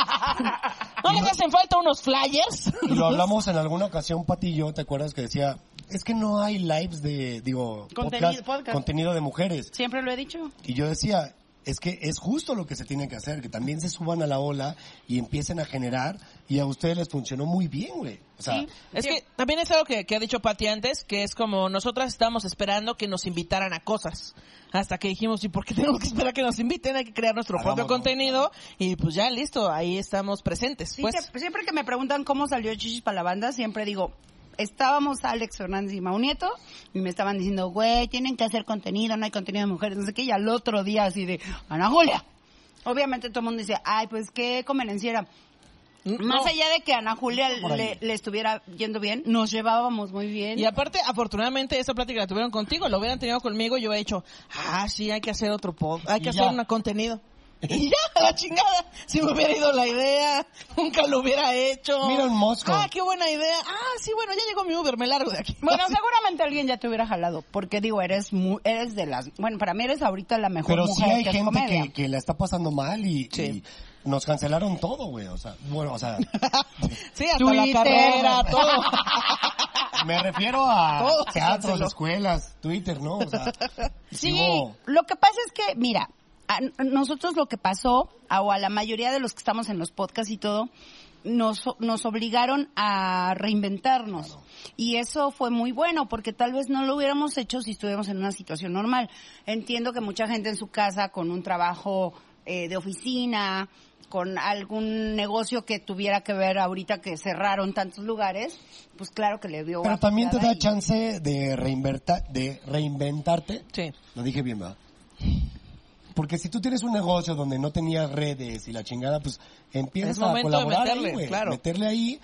S2: ¿No les hacen falta unos flyers?
S4: Y lo hablamos en alguna ocasión, Pati y yo, ¿te acuerdas que decía? Es que no hay lives de, digo,
S3: Contenido-
S4: podcast,
S3: podcast.
S4: contenido de mujeres.
S3: Siempre lo he dicho.
S4: Y yo decía, es que es justo lo que se tiene que hacer, que también se suban a la ola y empiecen a generar. Y a ustedes les funcionó muy bien, güey. O sea,
S2: Es que también es algo que, que ha dicho Pati antes, que es como nosotras estábamos esperando que nos invitaran a cosas. Hasta que dijimos, ¿y por qué tenemos que esperar que nos inviten? Hay que crear nuestro propio
S4: Hagámoslo.
S2: contenido. Y pues ya, listo, ahí estamos presentes.
S3: Sí,
S2: pues
S3: sie- siempre que me preguntan cómo salió Chichis para la banda, siempre digo, estábamos Alex Fernández y Mau Nieto y me estaban diciendo, güey, tienen que hacer contenido, no hay contenido de mujeres, no sé qué, y al otro día así de, Ana Julia. Obviamente todo el mundo dice, ay, pues qué convenenciera.
S2: no.
S3: Más allá de que a Ana Julia
S4: Por ahí.
S3: le, le estuviera yendo bien, nos llevábamos muy bien.
S2: Y aparte, afortunadamente, esa plática la tuvieron contigo. Lo hubieran tenido conmigo y yo he dicho, ah, sí, hay que hacer otro pod, hay
S4: Y
S2: que
S4: ya.
S2: hacer un contenido. Y ya, a la chingada. Si me hubiera ido la idea, nunca lo hubiera hecho.
S4: Mira un mosco.
S2: Ah, qué buena idea. Ah, sí, bueno, ya llegó mi Uber, me largo de aquí.
S3: Bueno, seguramente alguien ya te hubiera jalado, porque digo, eres mu- eres de las, bueno, para mí eres ahorita la mejor
S4: pero sí
S3: mujer
S4: hay
S3: que es
S4: gente
S3: comedia.
S4: que, que la está pasando mal y,
S2: Sí.
S4: y nos cancelaron todo, güey. O sea, bueno, o sea,
S2: Sí, hasta
S3: Twitter.
S2: la carrera, todo.
S4: me refiero a
S2: Todo se
S4: teatros,
S2: canceló.
S4: escuelas, Twitter, ¿no? O sea,
S3: Sí,
S4: digo,
S3: lo que pasa es que, mira, a n- nosotros lo que pasó, a- o a la mayoría de los que estamos en los podcasts y todo, nos, nos obligaron a reinventarnos. Y eso fue muy bueno, porque tal vez no lo hubiéramos hecho si estuviéramos en una situación normal. Entiendo que mucha gente en su casa, con un trabajo eh, de oficina, con algún negocio que tuviera que ver ahorita que cerraron tantos lugares, pues claro que le dio...
S4: Pero también te
S3: vaciada
S4: da
S3: y-
S4: chance de, reinverta- de reinventarte.
S2: Sí.
S4: Lo dije bien, ¿verdad? Porque si tú tienes un negocio donde no tenías redes y la chingada, pues
S2: Es
S4: empiezas a
S2: momento de
S4: colaborar
S2: meterle,
S4: ahí, güey.
S2: claro.
S4: Meterle ahí.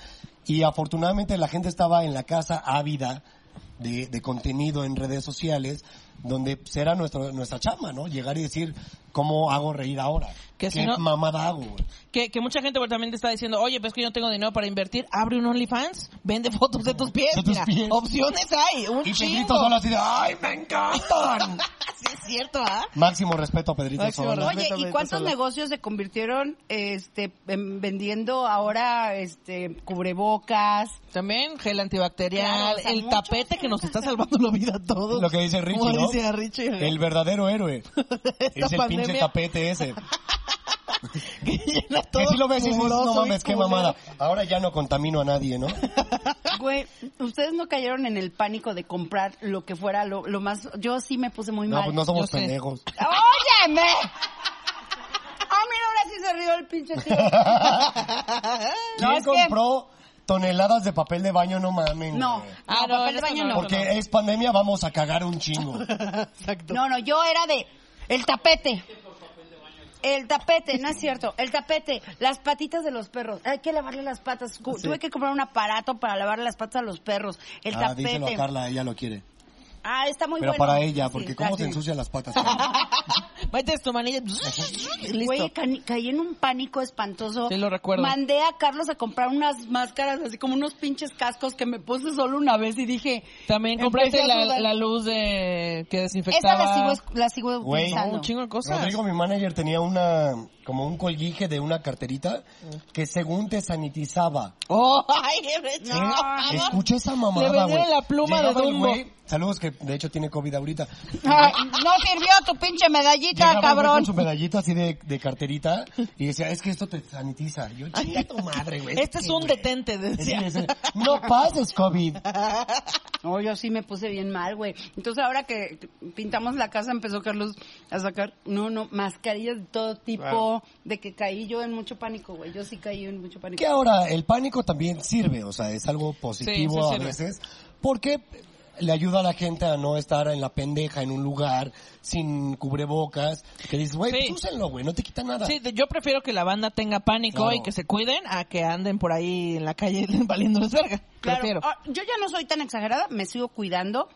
S4: Y afortunadamente la gente estaba en la casa ávida de, de contenido en redes sociales, donde será nuestro, nuestra chamba, ¿no? Llegar y decir, ¿cómo hago reír ahora?
S2: Que
S4: ¿Qué
S2: si no-
S4: mamada hago, güey?
S2: Que, que mucha gente también te está diciendo, oye, pues que yo no tengo dinero para invertir, abre un OnlyFans, vende fotos de tus pies.
S4: De tus
S2: mira,
S4: pies.
S2: Opciones hay, un
S4: Y Pedrito
S2: chingo.
S4: solo así de, ¡ay, me encantan!
S2: Sí, es cierto, ¿ah?
S4: Máximo respeto a Pedrito
S2: Máximo
S4: Sola.
S2: respeto.
S3: Oye,
S2: Completamente
S3: ¿y cuántos
S2: sola.
S3: negocios se convirtieron este en- vendiendo ahora este cubrebocas?
S2: También gel antibacterial,
S3: Claro, o sea,
S2: el
S3: mucho.
S2: tapete que nos está salvando la vida a todos.
S4: Lo que dice Richie,
S2: Como
S4: ¿no?
S2: dice a Richie.
S4: El verdadero héroe.
S2: Esta
S4: es el
S2: pandemia
S4: pinche tapete ese.
S2: que llena todo.
S4: Que si lo ves y dices, no
S2: mugroso y
S4: mames, qué
S2: culero".
S4: mamada. Ahora ya no contamino a nadie, ¿no?
S3: Güey, ustedes no cayeron en el pánico de comprar lo que fuera lo, lo más yo sí me puse muy
S4: No,
S3: mal.
S4: pues no somos
S2: yo sé.
S4: pendejos.
S3: ¡Óyeme! Ah, mira, ahora sí se rió el pinche tío.
S4: ¿Quién
S3: es que-
S4: compró toneladas de papel de baño? No mamen.
S3: No,
S4: güey.
S2: Ah,
S3: no,
S2: no,
S3: papel
S2: en
S3: de
S2: eso
S3: baño
S2: no,
S3: no.
S4: Porque es pandemia, vamos a cagar un chingo.
S2: Exacto.
S3: No, no, yo era de el tapete. El tapete, no es cierto. El tapete, las patitas de los perros. Hay que lavarle las patas. Cu-
S4: Sí.
S3: Tuve que comprar un aparato para lavarle las patas a los perros. El
S4: ah,
S3: tapete.
S4: díselo a Carla, ella lo quiere.
S3: Ah, está muy
S4: Pero
S3: bueno.
S4: para ella,
S3: Sí,
S4: porque
S3: está
S4: cómo se
S3: así.
S4: ensucian las patas. Carla?
S2: Metes tu manilla.
S3: Güey,
S2: Listo.
S3: cani- caí en un pánico espantoso.
S2: Sí, lo recuerdo.
S3: Mandé a Carlos a comprar unas máscaras, así como unos pinches cascos que me puse solo una vez y dije...
S2: También
S3: Empecé
S2: compraste
S3: a
S2: la,
S3: sudar.
S2: la luz de que
S3: Esta
S2: desinfectaba.
S3: la sigo, es- la sigo
S4: Güey,
S2: No,
S3: utilizando.
S2: un chingo de cosas.
S4: Rodrigo, mi manager, tenía una como un colguije de una carterita que según te sanitizaba.
S2: Oh, ay, no,
S4: ¿Eh?
S2: vamos.
S4: Escucha esa
S2: Le
S4: mamada,
S2: vendieron
S4: güey.
S2: la pluma
S4: Llegaba
S2: de
S4: el
S2: Dumbo.
S4: güey- Saludos, que de hecho tiene COVID ahorita.
S3: Ay, no sirvió tu pinche medallita,
S4: Llegaba el güey
S3: cabrón.
S4: con su medallita así de, de carterita y decía, es que esto te sanitiza. Yo, chinga tu madre, güey.
S2: Este es un detente,
S4: Sí,
S2: decía.
S4: ese- No pases COVID.
S3: No, yo sí me puse bien mal, güey. Entonces ahora que pintamos la casa empezó Carlos a sacar, no, no, mascarillas de todo tipo, de que caí yo en mucho pánico, güey. Yo sí caí en mucho pánico.
S4: Que ahora el pánico también sirve, o sea, es algo
S2: Sí,
S4: positivo
S2: sí
S4: a
S2: sirve.
S4: veces, porque le ayuda a la gente a no estar en la pendeja en un lugar sin cubrebocas, que dices, güey,
S2: Sí.
S4: pues úsenlo, güey, no te quita nada.
S2: Sí, de- yo prefiero que la banda tenga pánico
S4: Claro.
S2: y que se cuiden a que anden por ahí en la calle valiéndoles verga. Prefiero.
S3: Ah, yo ya no soy tan exagerada, me sigo cuidando.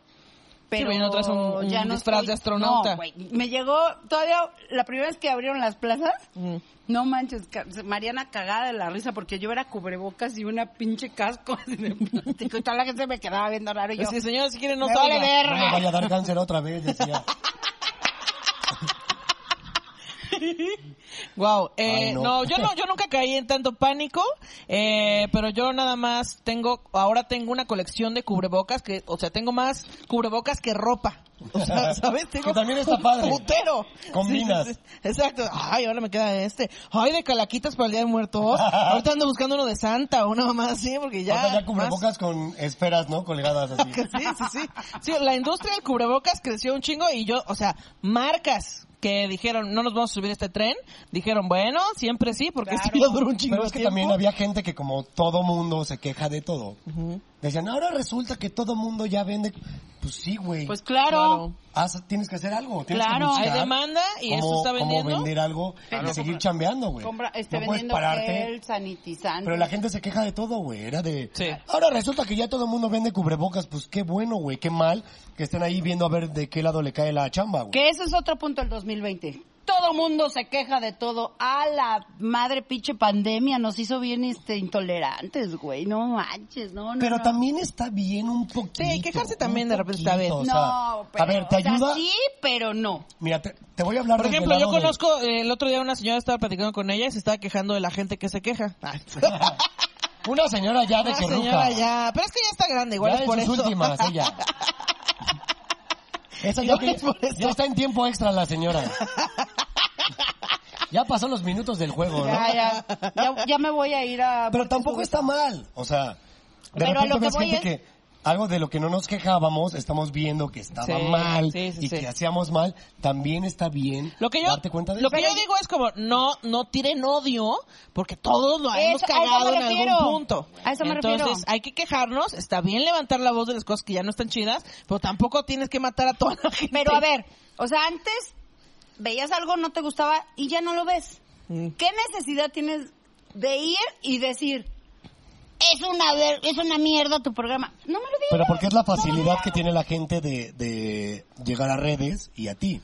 S3: Pero
S2: pero ya no traes un- un
S3: ya no
S2: disfraz
S3: estoy-
S2: de astronauta.
S3: No, güey. Me llegó todavía la primera vez que abrieron las plazas.
S2: Mm.
S3: No manches, ca- Mariana cagada de la risa porque yo era cubrebocas y una pinche casco así de plástico y toda la gente me quedaba viendo raro y yo.
S2: Es que, señores, si quieren, no
S3: Me vale
S2: salgan.
S3: verga.
S4: "Ah, No me vaya a dar cáncer otra vez, decía.
S2: Wow, eh,
S4: Ay,
S2: no.
S4: no.
S2: yo no, yo nunca caí en tanto pánico, eh, pero yo nada más tengo, ahora tengo una colección de cubrebocas que, o sea, tengo más cubrebocas que ropa. O sea, ¿sabes? Tengo
S4: Que también está
S2: un
S4: padre.
S2: putero.
S4: Combinas.
S2: Exacto. Ay, ahora me queda este. Ay, de calaquitas para el Día de Muertos. Ahorita ando buscando uno de Santa o una mamá así, porque ya...
S4: Ahora ya
S2: más-
S4: cubrebocas con esferas, ¿no? Colgadas así.
S2: que sí, sí, sí. Sí, la industria del cubrebocas creció un chingo y yo, o sea, marcas que dijeron, no nos vamos a subir a este tren, dijeron, bueno, siempre sí, porque esto ya duró un chingo
S4: Pero es
S2: de
S4: que
S2: tiempo.
S4: también había gente que como todo mundo se queja de todo. Decían, ahora resulta que todo mundo ya vende. Pues sí, güey.
S3: Pues claro.
S4: Haz- tienes que hacer algo. Tienes
S3: Claro.
S4: que buscar
S2: Hay demanda y
S4: cómo-
S2: eso está
S4: cómo
S2: vendiendo.
S4: vender algo y seguir chambeando, güey.
S3: Compra, esté
S4: no puedes
S3: vendiendo
S4: pararte.
S3: gel sanitizante.
S4: Pero la gente se queja de todo, güey. Era de.
S2: Sí.
S4: Ahora resulta que ya todo el mundo vende cubrebocas. Pues qué bueno, güey. Qué mal que estén ahí viendo a ver de qué lado le cae la chamba, güey.
S3: Que ese es otro punto del 2020. Todo mundo se queja de todo. A la madre pinche pandemia nos hizo bien este intolerantes, güey. No manches, no, no.
S4: Pero
S3: no.
S4: también está bien un poquito.
S2: Sí, quejarse también
S4: un
S2: de repente está bien.
S4: poquito, o sea,
S3: No, pero,
S4: a ver, ¿te
S3: o sea,
S4: ayuda?
S3: sí, pero no.
S4: Mira, te, te voy a hablar
S2: Por
S4: desde
S2: ejemplo,
S4: el
S2: yo
S4: lado de-
S2: conozco, eh, el otro día una señora estaba platicando con ella y se estaba quejando de la gente que se queja.
S4: Ah,
S2: Ay,
S4: Una señora ya de
S2: una
S4: que
S2: señora
S4: ruca.
S2: ya, pero es que ya está grande, igual
S4: Ya
S2: es
S4: en
S2: por
S4: sus
S2: eso.
S4: últimas, ella. Esa ya,
S2: Igual
S4: que-
S2: es por eso.
S4: ya está en tiempo extra la señora. Ya pasó los minutos del juego, ¿no?
S3: Ya, ya, ya, ya me voy a ir a...
S4: Ah, Pero tampoco está mal. O sea, de
S3: Pero a
S4: repente
S3: lo que
S4: ves
S3: voy
S4: gente
S3: es-
S4: que algo de lo que no nos quejábamos, estamos viendo que estaba
S2: Sí,
S4: mal
S2: sí, sí,
S4: y
S2: sí.
S4: que hacíamos mal, también está bien
S2: Lo que yo,
S4: darte cuenta de
S2: lo que
S4: eso.
S2: yo digo es como, no, no tiren odio, porque todos lo hemos
S3: Eso- a eso
S2: cagado
S3: me
S2: en
S3: refiero.
S2: algún punto.
S3: A eso me
S2: Entonces,
S3: refiero.
S2: hay que quejarnos, está bien levantar la voz de las cosas que ya no están chidas, pero tampoco tienes que matar a toda la gente.
S3: Pero a ver, o sea, antes veías algo, no te gustaba y ya no lo ves.
S2: Mm.
S3: ¿Qué necesidad tienes de ir y decir, es una, ver- es una mierda tu programa? No me lo digas.
S4: Pero porque es la
S3: no lo
S4: facilidad
S3: digas.
S4: que tiene la gente de, de llegar a redes y a ti.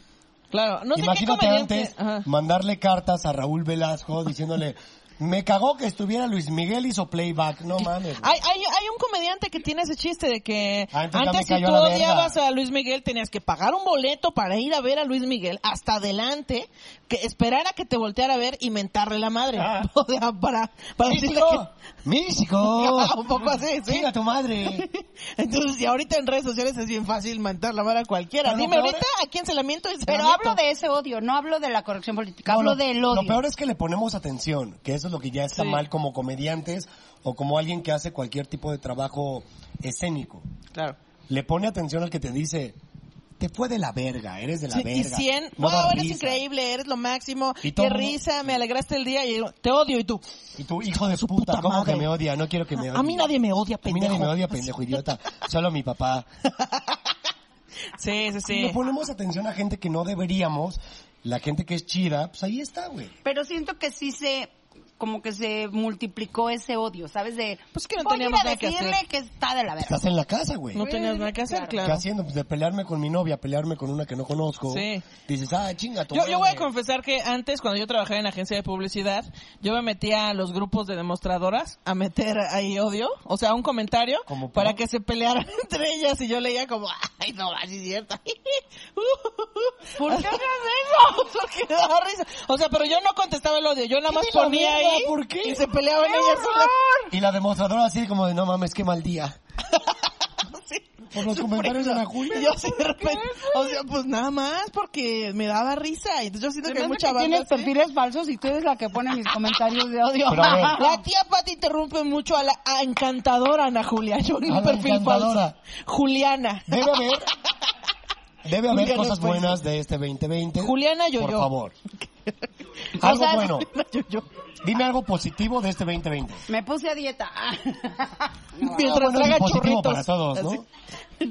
S2: Claro, no sé
S4: Imagínate
S2: qué comediante-
S4: antes
S2: Ajá.
S4: mandarle cartas a Raúl Velasco diciéndole, me cagó que estuviera Luis Miguel hizo playback, no mames.
S2: Hay, hay, hay un comediante que tiene ese chiste de que
S4: Ah, entonces ya
S2: antes
S4: me
S2: si
S4: cayó
S2: tú
S4: la verga.
S2: odiabas a Luis Miguel tenías que pagar un boleto para ir a ver a Luis Miguel hasta adelante, que esperar a que te volteara a ver y mentarle la madre.
S4: Ah.
S2: O sea, para, para decirle
S4: ¡Míxico!
S2: que...
S4: ¡Míxico!
S2: un poco así, sí.
S4: ¡Chinga tu madre!
S2: Entonces, y ahorita en redes sociales es bien fácil mentar la mano a cualquiera.
S4: Pero lo
S2: Dime
S4: peor
S2: ahorita a quién se la miento y se
S3: Pero
S2: la
S3: hablo
S2: miento.
S3: de ese odio, no hablo de la corrección política,
S4: No,
S3: hablo
S4: lo,
S3: del
S4: lo
S3: odio.
S4: peor es que le ponemos atención, que eso es lo que ya está
S2: Sí.
S4: mal como comediantes o como alguien que hace cualquier tipo de trabajo escénico.
S2: Claro.
S4: Le pone atención al que te dice, te fue de la verga, eres de la
S2: Sí,
S4: verga.
S2: y 100,
S4: no
S2: wow,
S4: das
S2: eres
S4: risa".
S2: increíble, eres lo máximo,
S4: Y todo
S2: qué
S4: el mundo-
S2: risa, me alegraste el día y yo, te odio y tú.
S4: Y tu hijo de su puta,
S2: puta
S4: ¿cómo
S2: madre.
S4: que me odia? No quiero que me odie.
S2: A mí nadie me odia,
S4: A mí nadie
S2: pendejo.
S4: me odia, pendejo idiota. Solo mi papá.
S2: Sí, sí, sí.
S4: Le ponemos atención a gente que no deberíamos La gente que es chida, pues ahí está, güey.
S3: Pero siento que sí se como que se multiplicó ese odio, ¿sabes? De
S2: Pues que no
S3: voy a ir
S2: teníamos
S3: a
S2: nada que
S3: decirle
S2: hacer.
S3: que está de la verga.
S4: Estás en la casa, güey.
S2: No tenías nada que hacer,
S3: Claro.
S4: ¿Qué
S2: claro.
S4: haciendo? Pues de pelearme con mi novia, pelearme con una que no conozco.
S2: Sí.
S4: Dices, ah, chinga, tu
S2: Yo, yo voy a
S4: madre.
S2: confesar que antes, cuando yo trabajaba en agencia de publicidad, yo me metía a los grupos de demostradoras a meter ahí odio, o sea, un comentario
S4: ¿Cómo por?
S2: para que se pelearan entre ellas y yo leía como, ay, no, así es cierto.
S3: ¿Por qué haces
S2: eso? Porque daba risa. O sea, pero yo no contestaba el odio, yo nada más
S4: Dime la
S2: ponía
S4: verdad,
S2: ahí
S4: ¿por qué?
S2: y se peleaban ellas solas.
S4: Y la demostradora así como de, no mames, qué mal día. Por los comentarios de la Julia.
S2: Y yo así de repente, o sea, pues nada más porque me daba risa. Y entonces yo siento que hay mucha
S3: que
S2: banda
S3: tienes
S2: así.
S3: perfiles falsos y tú eres la que pone mis comentarios de odio.
S4: Pero a
S2: La tía Pati interrumpe mucho a la a encantadora Ana Julia. Yo en
S4: A
S2: un
S4: la
S2: perfil
S4: encantadora.
S2: falso. Juliana.
S4: Debe haber, debe haber
S2: Juliana
S4: cosas
S2: Peña.
S4: buenas de este 2020.
S2: Juliana
S4: Por
S2: Yoyo.
S4: favor. Algo
S2: O sea,
S4: bueno.
S2: Juliana Yoyo.
S4: Dime algo positivo de este 2020.
S3: Me puse a dieta.
S2: Mientras
S4: bueno, es
S2: traga
S4: positivo
S2: churritos.
S4: para todos, ¿no?
S2: Así.
S3: Me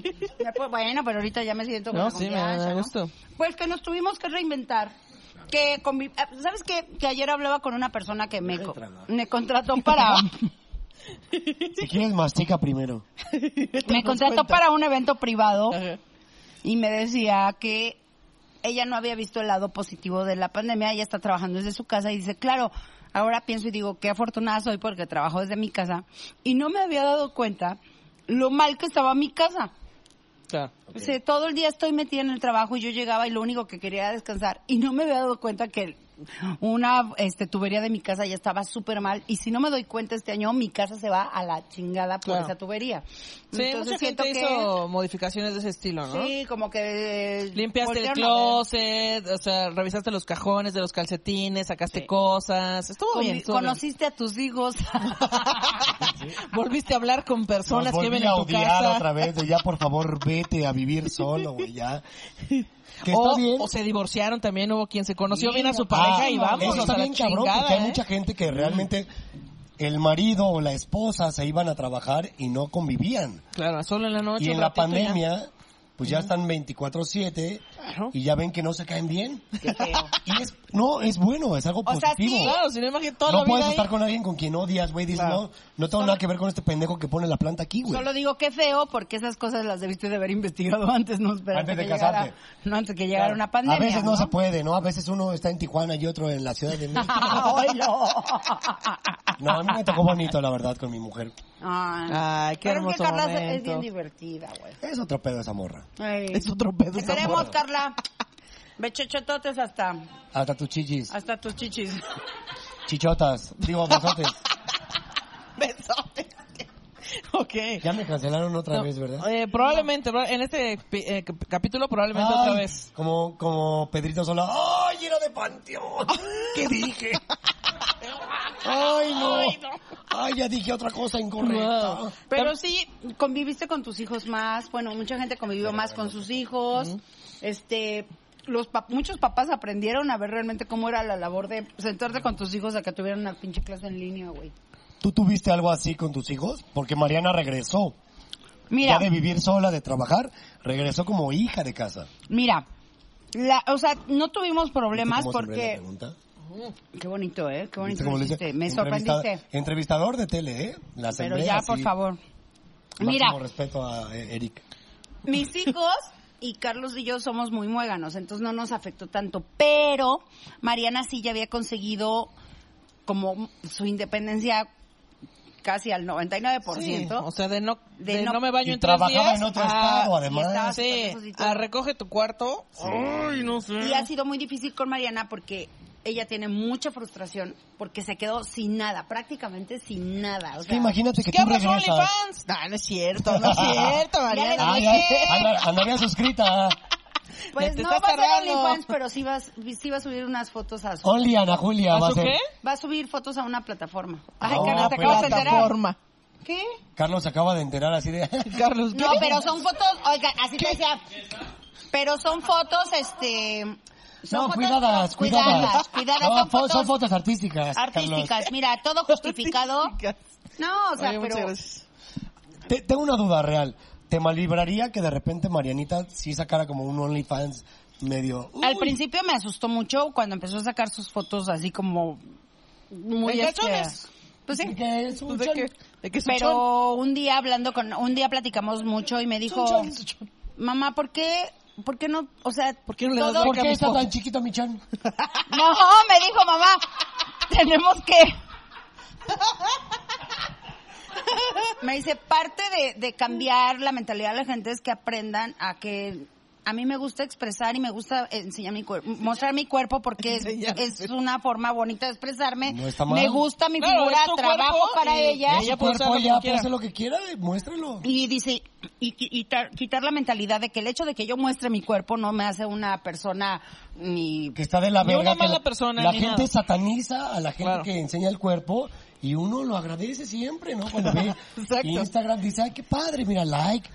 S3: pu- bueno, pero ahorita ya me siento
S2: No,
S3: con la
S2: sí, me da
S3: confianza, ¿no?
S2: gusto.
S3: Pues que nos tuvimos que reinventar. Que convi- ah, ¿Sabes qué? Que ayer hablaba con una persona que me, co- me contrató para
S4: Si quieres, mastica primero.
S3: me contrató para un evento privado y me decía que ella no había visto el lado positivo de la pandemia, ella está trabajando desde su casa y dice, claro, ahora pienso y digo, qué afortunada soy porque trabajo desde mi casa y no me había dado cuenta lo mal que estaba mi casa.
S2: Claro.
S3: O sea, todo el día estoy metida en el trabajo y yo llegaba y lo único que quería era descansar y no me había dado cuenta que una este, tubería de mi casa ya estaba súper mal y si no me doy cuenta este año mi casa se va a la chingada por
S2: Claro.
S3: esa tubería.
S2: Sí, mucha gente hizo modificaciones de ese estilo, ¿no?
S3: Sí, como que... eh,
S2: Limpiaste el
S3: voltearon a ver.
S2: closet, o sea, revisaste los cajones de los calcetines, sacaste
S3: Sí.
S2: cosas. Estuvo
S3: Con-
S2: bien. estuvo bien.
S3: Conociste a tus hijos.
S2: Volviste a hablar con personas
S4: Nos
S2: que viven
S4: volví a
S2: en tu
S4: odiar
S2: casa.
S4: otra vez de ya, por favor, vete a vivir solo, güey, ya. Que está
S2: O,
S4: bien.
S2: o se divorciaron también, hubo quien se conoció
S3: Sí,
S2: bien a su
S3: no,
S2: pareja
S4: Ah,
S2: y
S4: no,
S2: vamos
S4: Eso
S2: a
S4: está
S2: la
S4: bien cabrón,
S2: chingada.
S4: porque hay
S2: ¿eh?
S4: mucha gente que realmente el marido o la esposa se iban a trabajar y no convivían.
S2: Claro, solo en la noche.
S4: y en
S2: un
S4: la
S2: ratito ya.
S4: pandemia, pues ya están 24-7
S2: Claro.
S4: y ya ven que no se caen bien.
S3: Qué feo.
S4: Y es, no, es bueno, es algo
S3: O sea,
S4: positivo.
S3: sí.
S2: Claro, si no imagínate toda
S4: no
S2: la vida
S4: puedes
S2: ahí.
S4: estar con alguien con quien odias, güey. Dices,
S2: Claro.
S4: no, no tengo nada que ver con este pendejo que pone la planta aquí, güey.
S3: Solo digo que feo porque esas cosas las debiste de haber investigado antes, no esperar
S4: Antes
S3: que
S4: de
S3: llegara-
S4: casarte.
S3: no, antes que llegara una pandemia.
S4: A veces no, se puede, ¿no? A veces uno está en Tijuana y otro en la Ciudad de México.
S3: Ay, no.
S4: No, a mí me tocó bonito, la verdad, con mi mujer.
S3: Ay,
S2: Ay, qué
S3: Pero es
S2: hermoso
S3: que Carla es- es
S2: momento.
S3: bien divertida, güey.
S4: Es otro pedo esa morra.
S3: Ay.
S2: Es otro pedo.
S3: Te
S2: esa
S3: queremos,
S2: morra.
S3: Carla. Bechochototes hasta,
S4: Hasta tus chichis,
S3: hasta tus chichis.
S4: chichotas, digo, besotes.
S2: Besotes. ok.
S4: Ya me cancelaron otra
S2: No,
S4: vez, ¿verdad?
S2: eh, probablemente, proba- en este pi- eh, cap- capítulo probablemente
S4: Ay,
S2: otra vez.
S4: Como, como Pedrito Sola. ¡Ay, era de panteón! ¿Qué dije? ¡Ay, no! ¡Ay, ya dije otra cosa incorrecta!
S2: Wow.
S3: Pero sí, conviviste con tus hijos más. Bueno, mucha gente convivió más con sus hijos. Este, los pap- muchos papás aprendieron a ver realmente cómo era la labor de sentarte con tus hijos a que tuvieran una pinche clase en línea, güey.
S4: ¿Tú tuviste algo así con tus hijos? Porque Mariana regresó.
S3: Mira,
S4: Ya de vivir sola, de trabajar, regresó como hija de casa.
S3: mira. La, o sea, no tuvimos problemas
S4: ¿Viste cómo sembré
S3: porque...
S4: la pregunta?
S3: Qué bonito, ¿eh? Qué bonito
S4: ¿Viste cómo
S3: lo
S4: le hice?
S3: hiciste. Me
S4: Entrevista-
S3: sorprendiste.
S4: Entrevistador de tele, ¿eh? La
S3: Pero
S4: sembré
S3: ya,
S4: así.
S3: por favor.
S4: Máximo
S3: Mira,
S4: respeto a eh, Eric.
S3: mis hijos y Carlos y yo somos muy muéganos, entonces no nos afectó tanto. Pero Mariana sí ya había conseguido como su independencia casi al 99%.
S2: Sí, o sea, de no,
S3: De
S2: de
S3: no-
S2: no, me baño
S4: Y
S2: en tres días. ah,
S4: trabajaba en otro
S2: a-
S4: estado,
S3: y estaba-
S4: además.
S2: Sí,
S3: Con esos y
S2: a
S3: todo.
S2: ah, recoge tu cuarto. Ay, no sé.
S3: Y ha sido muy difícil con Mariana porque ella tiene mucha frustración porque se quedó sin nada, prácticamente sin nada. O
S4: Es que
S3: sea,
S4: imagínate que
S2: ¿Qué
S4: tú
S2: abra su
S4: regresas.
S2: OnlyFans? No, no es cierto, no es cierto, Mariana.
S3: Ya le
S4: Ay,
S3: dije.
S4: ay, anda- andaría suscrita.
S3: pues
S2: te
S3: no va
S2: estás
S3: a ser
S2: cargando.
S3: OnlyFans, pero sí va, sí va a subir unas fotos a su...
S4: Only Ana Julia
S2: ¿A
S4: va a
S2: su
S4: ser.
S2: qué?
S3: Va a subir fotos a una plataforma.
S4: Ah,
S3: Ay,
S4: una
S3: Carlos, te acabas de enterar.
S2: plataforma.
S3: ¿Qué?
S4: Carlos se acaba de enterar así de.
S2: Carlos, ¿qué?
S3: No, pero son fotos, oiga, así te decía. Pero son fotos, este. Son
S4: No,
S3: fotos- Cuidadas,
S4: cuidadas, cuidadas.
S3: cuidadas,
S4: No,
S3: son
S4: fo-
S3: fotos
S4: son fotos artísticas.
S3: artísticas.
S4: Carlos.
S3: Mira, todo justificado. No, o sea,
S2: Oye, muchas
S3: pero.
S2: gracias.
S4: Te- tengo una duda real. ¿Te malibraría que de repente Marianita sí sacara como un OnlyFans medio... uy.
S3: Al principio me asustó mucho cuando empezó a sacar sus fotos así como muy
S2: ¿En
S3: este,
S2: cachones?
S3: Pues sí.
S4: Que es un
S2: Pues, ¿de
S4: chon.
S2: qué? ¿De qué es un chon?
S3: Pero un día hablando con, un día platicamos mucho y me dijo,
S4: chon, es un chon.
S3: mamá, ¿por qué, por qué no, o sea,
S2: ¿Por qué no le
S3: todo-
S2: das
S4: ¿Por
S2: Porque
S4: qué
S2: mi
S4: está
S2: esposo-
S4: tan chiquito mi chan?
S3: No, me dijo mamá, tenemos que. Me dice, parte de, de cambiar la mentalidad de la gente es que aprendan a que a mí me gusta expresar y me gusta enseñar mi cuerpo, mostrar mi cuerpo porque es,
S2: Enseñar.
S3: es una forma bonita de expresarme.
S4: No está mal.
S3: Me gusta mi
S2: Claro,
S3: figura,
S2: es tu
S3: trabajo
S2: cuerpo
S3: para
S2: y-
S3: ella.
S2: y ella
S4: Su
S2: puede usar
S4: cuerpo
S2: lo que
S4: ya
S2: quiera. eh,
S4: puede hacer lo que quiera, muéstrelo.
S3: Y dice, y, qui- y tar- quitar la mentalidad de que el hecho de que yo muestre mi cuerpo no me hace una persona ni
S4: que está de la
S2: Ni
S4: verga.
S2: una
S4: que
S2: mala
S4: la-
S2: persona,
S4: La
S2: ni
S4: gente
S2: nada.
S4: sataniza a la gente
S2: Claro.
S4: que enseña el cuerpo y uno lo agradece siempre, ¿no? Cuando ve
S2: Exacto.
S4: Instagram dice, ay, qué padre, mira, like.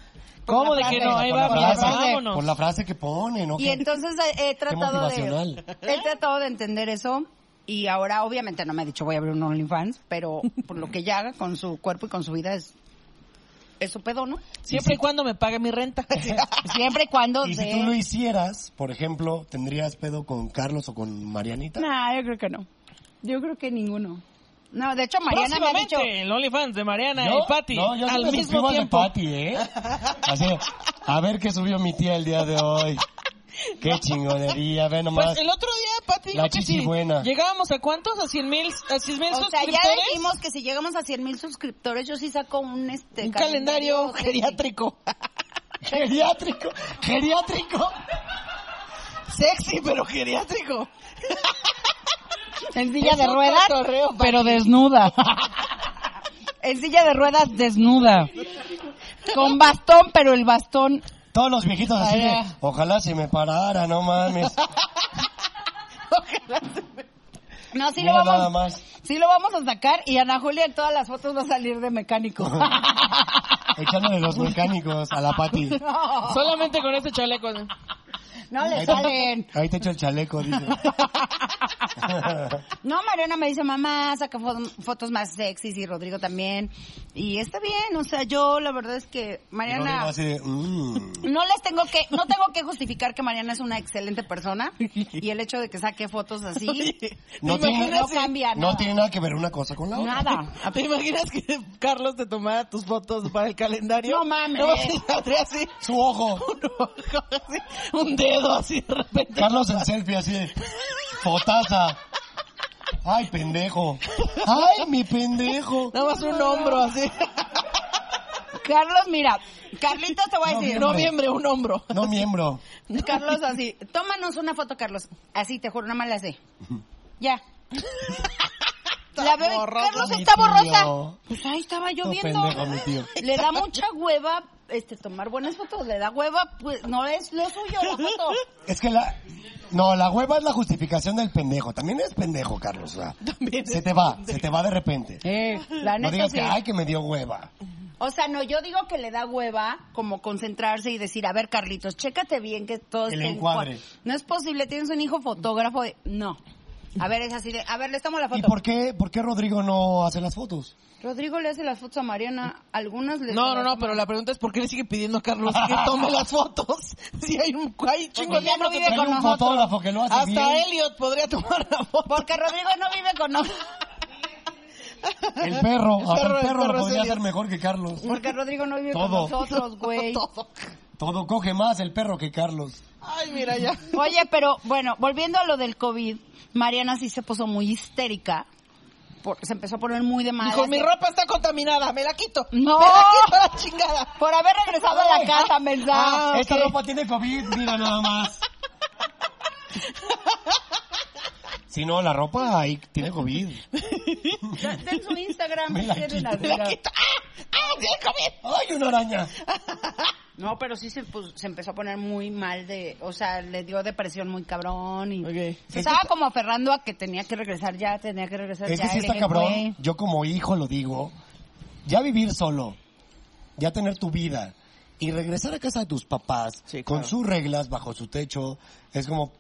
S2: ¿Cómo
S3: Por
S2: de
S3: la
S2: que
S3: frase,
S2: no? Ahí va,
S4: por,
S2: mira,
S4: la frase,
S2: vámonos.
S4: por la frase que pone, ¿no?
S3: Y
S4: Que-
S3: entonces eh, he tratado de
S4: motivacional.
S3: he tratado de entender eso y ahora obviamente no me ha dicho voy a abrir un OnlyFans, pero por lo que ella haga con su cuerpo y con su vida es es su pedo, ¿no?
S2: Siempre y cuando me pague mi renta.
S3: Siempre y cuando
S4: y si
S3: se-
S4: tú lo hicieras, por ejemplo, ¿tendrías pedo con Carlos o con Marianita?
S3: Nah, yo creo que no. Yo creo que ninguno. No, de hecho Mariana me ha dicho
S2: Próximamente, el OnlyFans de Mariana
S4: Yo-
S2: y Patty.
S4: No, yo sí
S2: al
S4: me
S2: mismo
S4: suscribo al de
S2: tiempo.
S4: Patty, ¿eh? Así, a ver qué subió mi tía el día de hoy. Qué chingonería, ve nomás.
S2: Pues el otro día, Pati,
S4: La
S2: dijo que
S4: chichi
S2: si
S4: buena.
S2: llegábamos a cuántos, a 100 mil, a 100 mil
S3: o sea,
S2: suscriptores.
S3: ya dijimos que si llegamos a 100 mil suscriptores, yo sí saco un este
S2: un calendario
S3: sexy.
S2: geriátrico.
S4: Geriátrico, geriátrico.
S2: Sexy, pero geriátrico.
S3: En silla
S2: Es
S3: de
S2: un
S3: ruedas,
S2: cotorreo, Pati.
S3: pero desnuda. En silla de ruedas, desnuda. Con bastón, pero el bastón.
S4: Todos los viejitos así
S2: Ay,
S4: de,
S2: ya.
S4: ojalá se me parara, no mames.
S3: No, sí lo,
S4: Mira nada
S3: vamos,
S4: más.
S3: sí lo vamos a sacar y Ana Julia en todas las fotos va a salir de mecánico.
S4: Echándole los mecánicos a la pati.
S3: No,
S2: Solamente con ese chaleco. ¿no?
S3: no le salen.
S4: Ahí te echo el chaleco, dice.
S3: No, Mariana me dice, mamá, saca fo- fotos más sexys y Rodrigo también. Y está bien, o sea, yo la verdad es que
S4: Y Rodrigo
S3: Mariana...
S4: así de, "Mm".
S3: No les tengo que, no tengo que justificar que Mariana es una excelente persona y el hecho de que saque fotos así
S4: No
S2: ¿Te
S4: tiene-
S2: imaginas
S3: no cambia
S4: No
S3: nada.
S4: tiene nada que ver una cosa con la otra.
S3: Nada.
S2: si- ¿Te imaginas que Carlos te tomara tus fotos para el calendario?
S3: No mames.
S2: No, sí, saldría así.
S4: Su ojo.
S2: Un ojo así, un dedo así de repente.
S4: Carlos en selfie así de, fotaza. Ay, pendejo. Ay, mi pendejo.
S2: Nada más un hombro así.
S3: Carlos, mira, Carlitos te voy a
S4: No,
S3: decir.
S2: Noviembre, un hombro.
S4: No miembro.
S3: Carlos, así, tómanos una foto, Carlos. Así, te juro, nada más la sé. Ya. La veo, y,
S2: borrosa,
S3: Carlos
S4: mi
S3: está borrosa.
S4: tío.
S3: Pues ahí estaba yo
S4: No,
S3: viendo.
S4: pendejo, mi tío.
S3: Le da mucha hueva este tomar buenas fotos, le da hueva, pues no es lo suyo la foto.
S4: Es que la... No, la hueva es la justificación del pendejo. También es pendejo, Carlos. o sea, se te va, se te va de repente.
S3: Eh, La
S4: Eh, No
S3: neta
S4: digas que,
S3: sí.
S4: ay, que me dio hueva.
S3: O sea, no, yo digo que le da hueva como concentrarse y decir, a ver, Carlitos, chécate bien que todo
S4: El
S3: esté en
S4: encuadre.
S3: cua- No es posible, tienes un hijo fotógrafo. de- No. A ver, es así de, a ver, le estamos la
S4: ¿Y
S3: foto.
S4: por qué, por qué Rodrigo no hace las fotos?
S3: Rodrigo le hace las fotos a Mariana, algunas le...
S2: No, no, no, pero la pregunta es por qué le sigue pidiendo a Carlos que tome las fotos. Si hay un hay chingos
S3: Porque ya
S2: de
S3: no
S2: hombros
S3: vive
S2: en-
S4: Hay
S3: con
S4: un
S3: nosotros.
S4: fotógrafo que lo hace bien.
S2: Hasta Elliot podría tomar la foto.
S3: Porque Rodrigo no vive con nosotros.
S4: El perro,
S2: El
S4: hasta el
S2: perro,
S4: perro,
S2: el perro
S4: lo
S2: es
S4: podría
S2: Elliot.
S4: hacer mejor que Carlos.
S3: Porque Rodrigo no vive
S4: Todo.
S3: con nosotros, güey.
S2: Todo.
S4: Todo coge más el perro que Carlos.
S2: Ay, mira ya.
S3: Oye, pero bueno, volviendo a lo del COVID, Mariana sí se puso muy histérica. por- se empezó a poner muy de mala.
S2: Dijo, mi ropa está contaminada, me la quito.
S3: No.
S2: Me la quito a la chingada.
S3: Por haber regresado a la casa, mensaje.
S2: Ah,
S4: Esta
S2: ok.
S4: ropa tiene COVID, mira nada más. Si no, la ropa ahí tiene COVID.
S3: En su Instagram
S4: Me la
S3: tienen
S4: quito.
S3: así,
S2: Me la quito. ¡Ah! ¡Ah! ¡Ya comí!
S4: ¡Ay, una araña!
S3: No, pero sí se, pues, se empezó a poner muy mal de, o sea, le dio depresión muy cabrón y
S2: Ok.
S3: se estaba como aferrando a que tenía que regresar ya, tenía que regresar
S4: Es
S3: ya.
S4: que si
S3: le
S4: está
S3: dije,
S4: cabrón,
S3: "Güey".
S4: yo como hijo lo digo, ya vivir solo, ya tener tu vida y regresar a casa de tus papás
S2: Sí,
S4: con
S2: claro.
S4: sus reglas, bajo su techo, es como,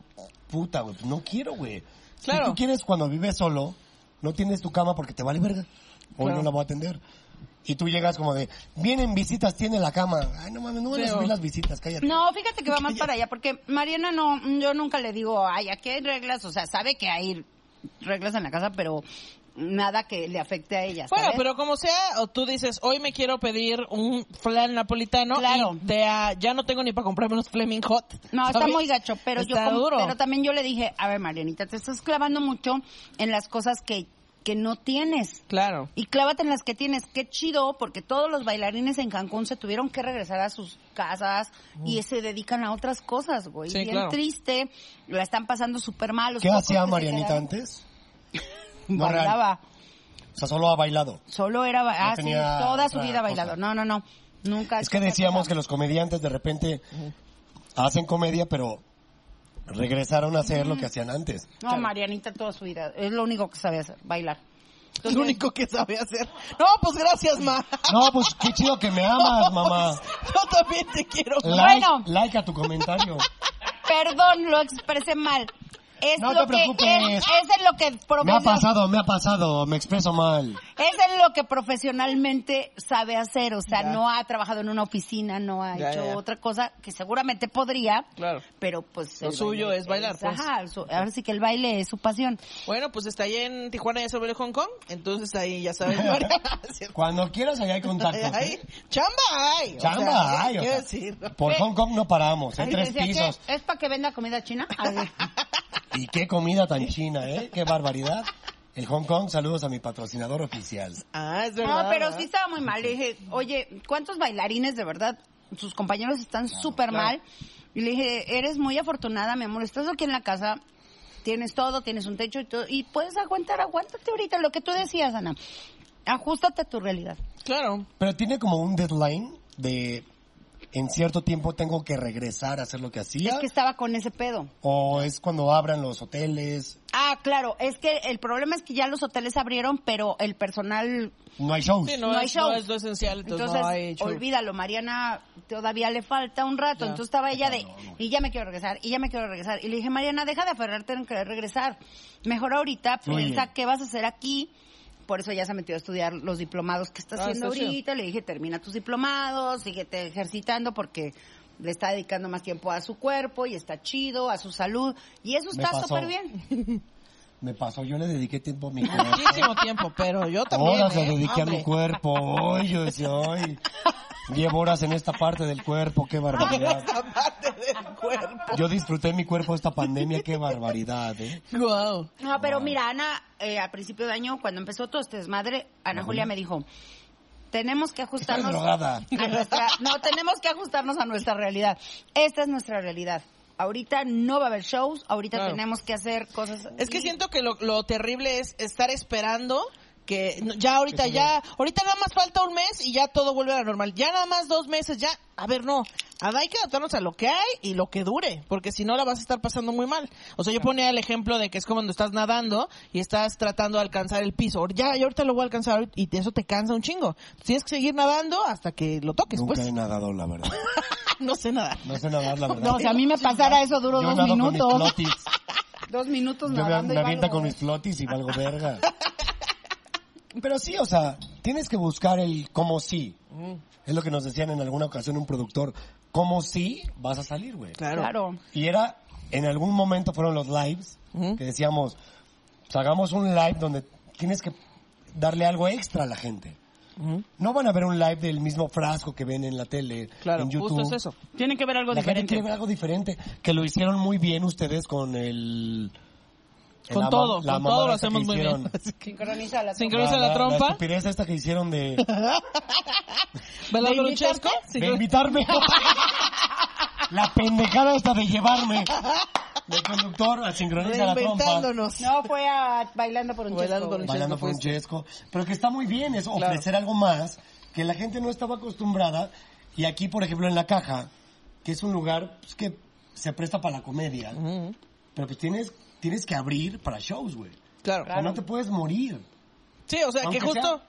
S4: puta, güey, no quiero, güey.
S2: Claro.
S4: Si tú quieres cuando vives solo, no tienes tu cama porque te vale verga. Hoy
S2: Claro.
S4: no la voy a atender. Y tú llegas como de, vienen visitas, tiene la cama. Ay, no mames, no van a
S2: Feo.
S4: subir las visitas, cállate.
S3: No, fíjate que va más para allá, porque Mariana no, yo nunca le digo, ay, aquí hay reglas, o sea, sabe que hay reglas en la casa, pero nada que le afecte a ella.
S2: Bueno,
S3: ¿sabes?
S2: pero como sea, o tú dices, hoy me quiero pedir un flan napolitano.
S3: Claro.
S2: y de, ah, ya no tengo ni para comprarme unos Fleming Hot.
S3: No, está
S2: ¿sabes?
S3: muy gacho, pero yo
S2: Está
S3: como-
S2: duro.
S3: pero también yo le dije, a ver, Marianita, te estás clavando mucho en las cosas que, que no tienes.
S2: Claro.
S3: Y clávate en las que tienes. Qué chido, porque todos los bailarines en Cancún se tuvieron que regresar a sus casas y se dedican a otras cosas, güey.
S2: Sí,
S3: Bien
S2: claro.
S3: triste, la están pasando súper mal. los
S4: ¿Qué
S3: pocos que
S4: hacía
S3: se
S4: Marianita
S3: quedaron-
S4: antes? No, real.
S3: Bailaba.
S4: O sea, solo ha bailado.
S3: Solo era, ba- ah, sí,
S4: tenía
S3: toda su
S4: otra
S3: vida bailado.
S4: cosa.
S3: No, no, no. Nunca.
S4: Es que decíamos que los comediantes de repente hacen comedia, pero regresaron a hacer lo que hacían antes.
S3: No, Marianita toda su vida. Es lo único que sabe hacer, bailar.
S2: Es lo único que sabe hacer. No, pues gracias, ma.
S4: No, pues qué chido que me amas, mamá.
S2: Yo también te quiero.
S4: Like,
S3: Bueno.
S4: like a tu comentario.
S3: Perdón, lo expresé mal. Es
S4: No
S3: lo
S4: te
S3: que
S4: preocupes.
S3: es, es en lo que
S4: Me ha
S3: profesio-
S4: pasado, me ha pasado, me expreso mal.
S3: es en lo que profesionalmente sabe hacer, o sea, no ha trabajado en una oficina, no ha
S2: Ya,
S3: hecho
S2: ya, ya.
S3: otra cosa que seguramente podría,
S2: Claro.
S3: pero pues
S2: Lo
S3: el
S2: suyo
S3: baile
S2: es bailar, pues.
S3: Ajá, su- ahora sí que el baile es su pasión.
S2: Bueno, pues está ahí en Tijuana, ya se vuelve Hong Kong. Entonces ahí ya sabes. Mariana, ¿cierto?
S4: Cuando quieras, allá hay contactos. ¿eh?
S2: Ahí, chamba hay. o
S4: Chamba
S2: sea,
S4: hay, o
S2: quiero
S4: sea,
S2: decir.
S4: Por Hong Kong no paramos, hay
S3: Así que
S4: tres
S3: decía, ¿qué?
S4: pisos.
S3: ¿Es para que venda comida china?
S4: Y qué comida tan china, ¿eh? Qué barbaridad. El Hong Kong, saludos a mi patrocinador oficial.
S2: Ah, es verdad.
S3: No, pero
S2: ¿verdad?
S3: sí estaba muy mal. Le dije, oye, ¿cuántos bailarines de verdad? Sus compañeros están súper mal. Y le dije, eres muy afortunada, mi amor. Estás aquí en la casa, tienes todo, tienes un techo y todo. Y puedes aguantar, aguántate ahorita. Lo que tú decías, Ana. Ajustate a tu realidad.
S2: Claro.
S4: Pero tiene como un deadline de en cierto tiempo tengo que regresar a hacer lo que hacía.
S3: Es que estaba con ese pedo.
S4: O es cuando abran los hoteles,
S3: Ah, claro. Es que el problema es que ya los hoteles abrieron, pero el personal
S4: no hay shows.
S2: Sí, no,
S3: No hay
S2: es, no
S3: shows.
S2: es lo esencial. Entonces,
S3: Entonces,
S2: no hay show.
S3: olvídalo, Mariana todavía le falta un rato.
S2: Ya.
S3: Entonces estaba ella de, y ya me quiero regresar, y ya me quiero regresar. Y le dije, Mariana, deja de aferrarte en querer regresar. Mejor ahorita
S4: Fluye.
S3: piensa qué vas a hacer aquí. Por eso ya se metió a estudiar los diplomados que está
S2: Ah,
S3: haciendo
S2: está chido.
S3: ahorita. Le dije, termina tus diplomados, síguete ejercitando porque le está dedicando más tiempo a su cuerpo y está chido, a su salud. Y eso
S4: Me
S3: está
S4: pasó.
S3: súper bien.
S4: Me pasó, yo le dediqué tiempo a mi cuerpo.
S2: Muchísimo tiempo, pero yo también.
S4: Horas le
S2: ¿eh?
S4: dediqué a mi
S2: Hombre.
S4: cuerpo. Hoy, yo decía, hoy. Llevo horas en esta parte del cuerpo, qué barbaridad.
S2: Esta parte del cuerpo.
S4: Yo disfruté mi cuerpo esta pandemia, qué barbaridad, ¿eh?
S2: Wow.
S3: No, pero mira, Ana, eh, al principio de año, cuando empezó todo este desmadre, Ana Julia me dijo, tenemos que
S4: Estás
S3: ajustarnos
S4: drogada.
S3: a nuestra, no, tenemos que ajustarnos a nuestra realidad. Esta es nuestra realidad. Ahorita no va a haber shows, ahorita
S2: Claro.
S3: tenemos que hacer cosas.
S2: Es que
S3: así.
S2: siento que lo, lo terrible es estar esperando que no, ya ahorita ya, ahorita nada más falta un mes y ya todo vuelve a la normal. Ya nada más dos meses, ya, a ver, no. Ahora hay que adaptarnos a lo que hay y lo que dure, porque si no la vas a estar pasando muy mal. O sea, yo ponía el ejemplo de que es como cuando estás nadando y estás tratando de alcanzar el piso. Ya, yo ahorita lo voy a alcanzar y te- eso te cansa un chingo. Tienes que seguir nadando hasta que lo toques,
S4: Nunca he
S2: pues.
S4: nadado, la verdad.
S2: no sé nada.
S4: No sé nadar, la verdad.
S3: No, si a mí me pasara eso, duro
S4: Yo
S3: dos
S4: nado con mis
S3: minutos.
S4: flotis.
S3: Dos
S2: pues,
S3: minutos
S4: Yo me,
S3: nadando
S4: me
S3: y
S4: avienta
S3: valgo,
S4: con mis flotis y valgo verga. Pero sí, o sea, tienes que buscar el cómo sí.
S2: Mm.
S4: Es lo que nos decían en alguna ocasión un productor. ¿Cómo sí vas a salir, güey?
S2: Claro.
S3: Claro.
S4: Y era, en algún momento fueron los lives
S2: Ujú.
S4: que decíamos, pues, hagamos un live donde tienes que darle algo extra a la gente.
S2: Ujú.
S4: No van a ver un live del mismo frasco que ven en la tele,
S2: Claro,
S4: en YouTube.
S2: justo es eso.
S3: Tiene que ver algo
S4: La gente quiere ver algo diferente, que lo hicieron muy bien ustedes con el...
S2: Con
S4: la-
S2: todo,
S4: la
S2: con todo lo
S4: mamada esta que
S2: hacemos muy bien.
S4: hicieron.
S3: Sincroniza la
S2: Sincroniza la,
S4: La
S2: trompa.
S4: estupidez esta que hicieron de,
S2: ¿Verdad,
S3: ¿Me
S2: Luchesco?
S4: de invitarme. la pendejada esta de llevarme. De conductor a sincronizar la trompa.
S2: Reinventándonos.
S3: No, fue a bailando por
S2: Bailando
S3: un Chesco,
S2: por un
S3: güey.
S4: Bailando
S2: no
S4: con
S2: fuiste.
S4: Chesco. Pero que está muy bien es
S2: Claro.
S4: ofrecer algo más que la gente no estaba acostumbrada. Y aquí, por ejemplo, en La Caja, que es un lugar pues, que se presta para la comedia.
S2: Ujú,
S4: Pero pues tienes, tienes que abrir para shows, güey.
S2: Claro.
S4: O sea, no te puedes morir
S2: Sí, o sea, que
S4: Aunque
S2: justo.
S4: sea-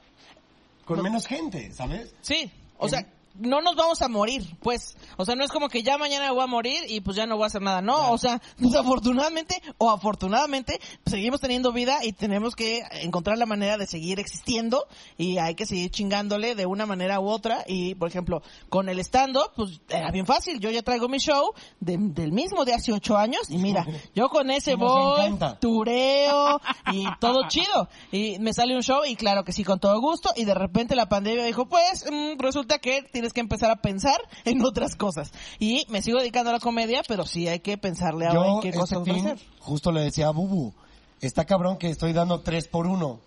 S4: con menos gente, ¿sabes?
S2: Sí. O sea, no nos vamos a morir, pues. O sea, no es como que ya mañana me voy a morir y pues ya no voy a hacer nada. No, o sea, desafortunadamente o afortunadamente seguimos teniendo vida y tenemos que encontrar la manera de seguir existiendo y hay que seguir chingándole de una manera u otra. Y, por ejemplo, con el stand-up, pues era bien fácil. Yo ya traigo mi show de- del mismo de hace ocho años y mira, yo con ese
S4: Nos
S2: voy,
S4: encanta.
S2: tureo y todo chido. Y me sale un show y claro que sí, con todo gusto. Y de repente la pandemia dijo, pues mm, resulta que tienes que empezar a pensar en otras cosas. Y me sigo dedicando a la comedia, pero sí hay que pensarle ahora en
S4: Yo,
S2: qué
S4: este
S2: cosas voy a
S4: fin,
S2: hacer.
S4: justo le decía a Bubu, está cabrón que estoy dando tres por uno,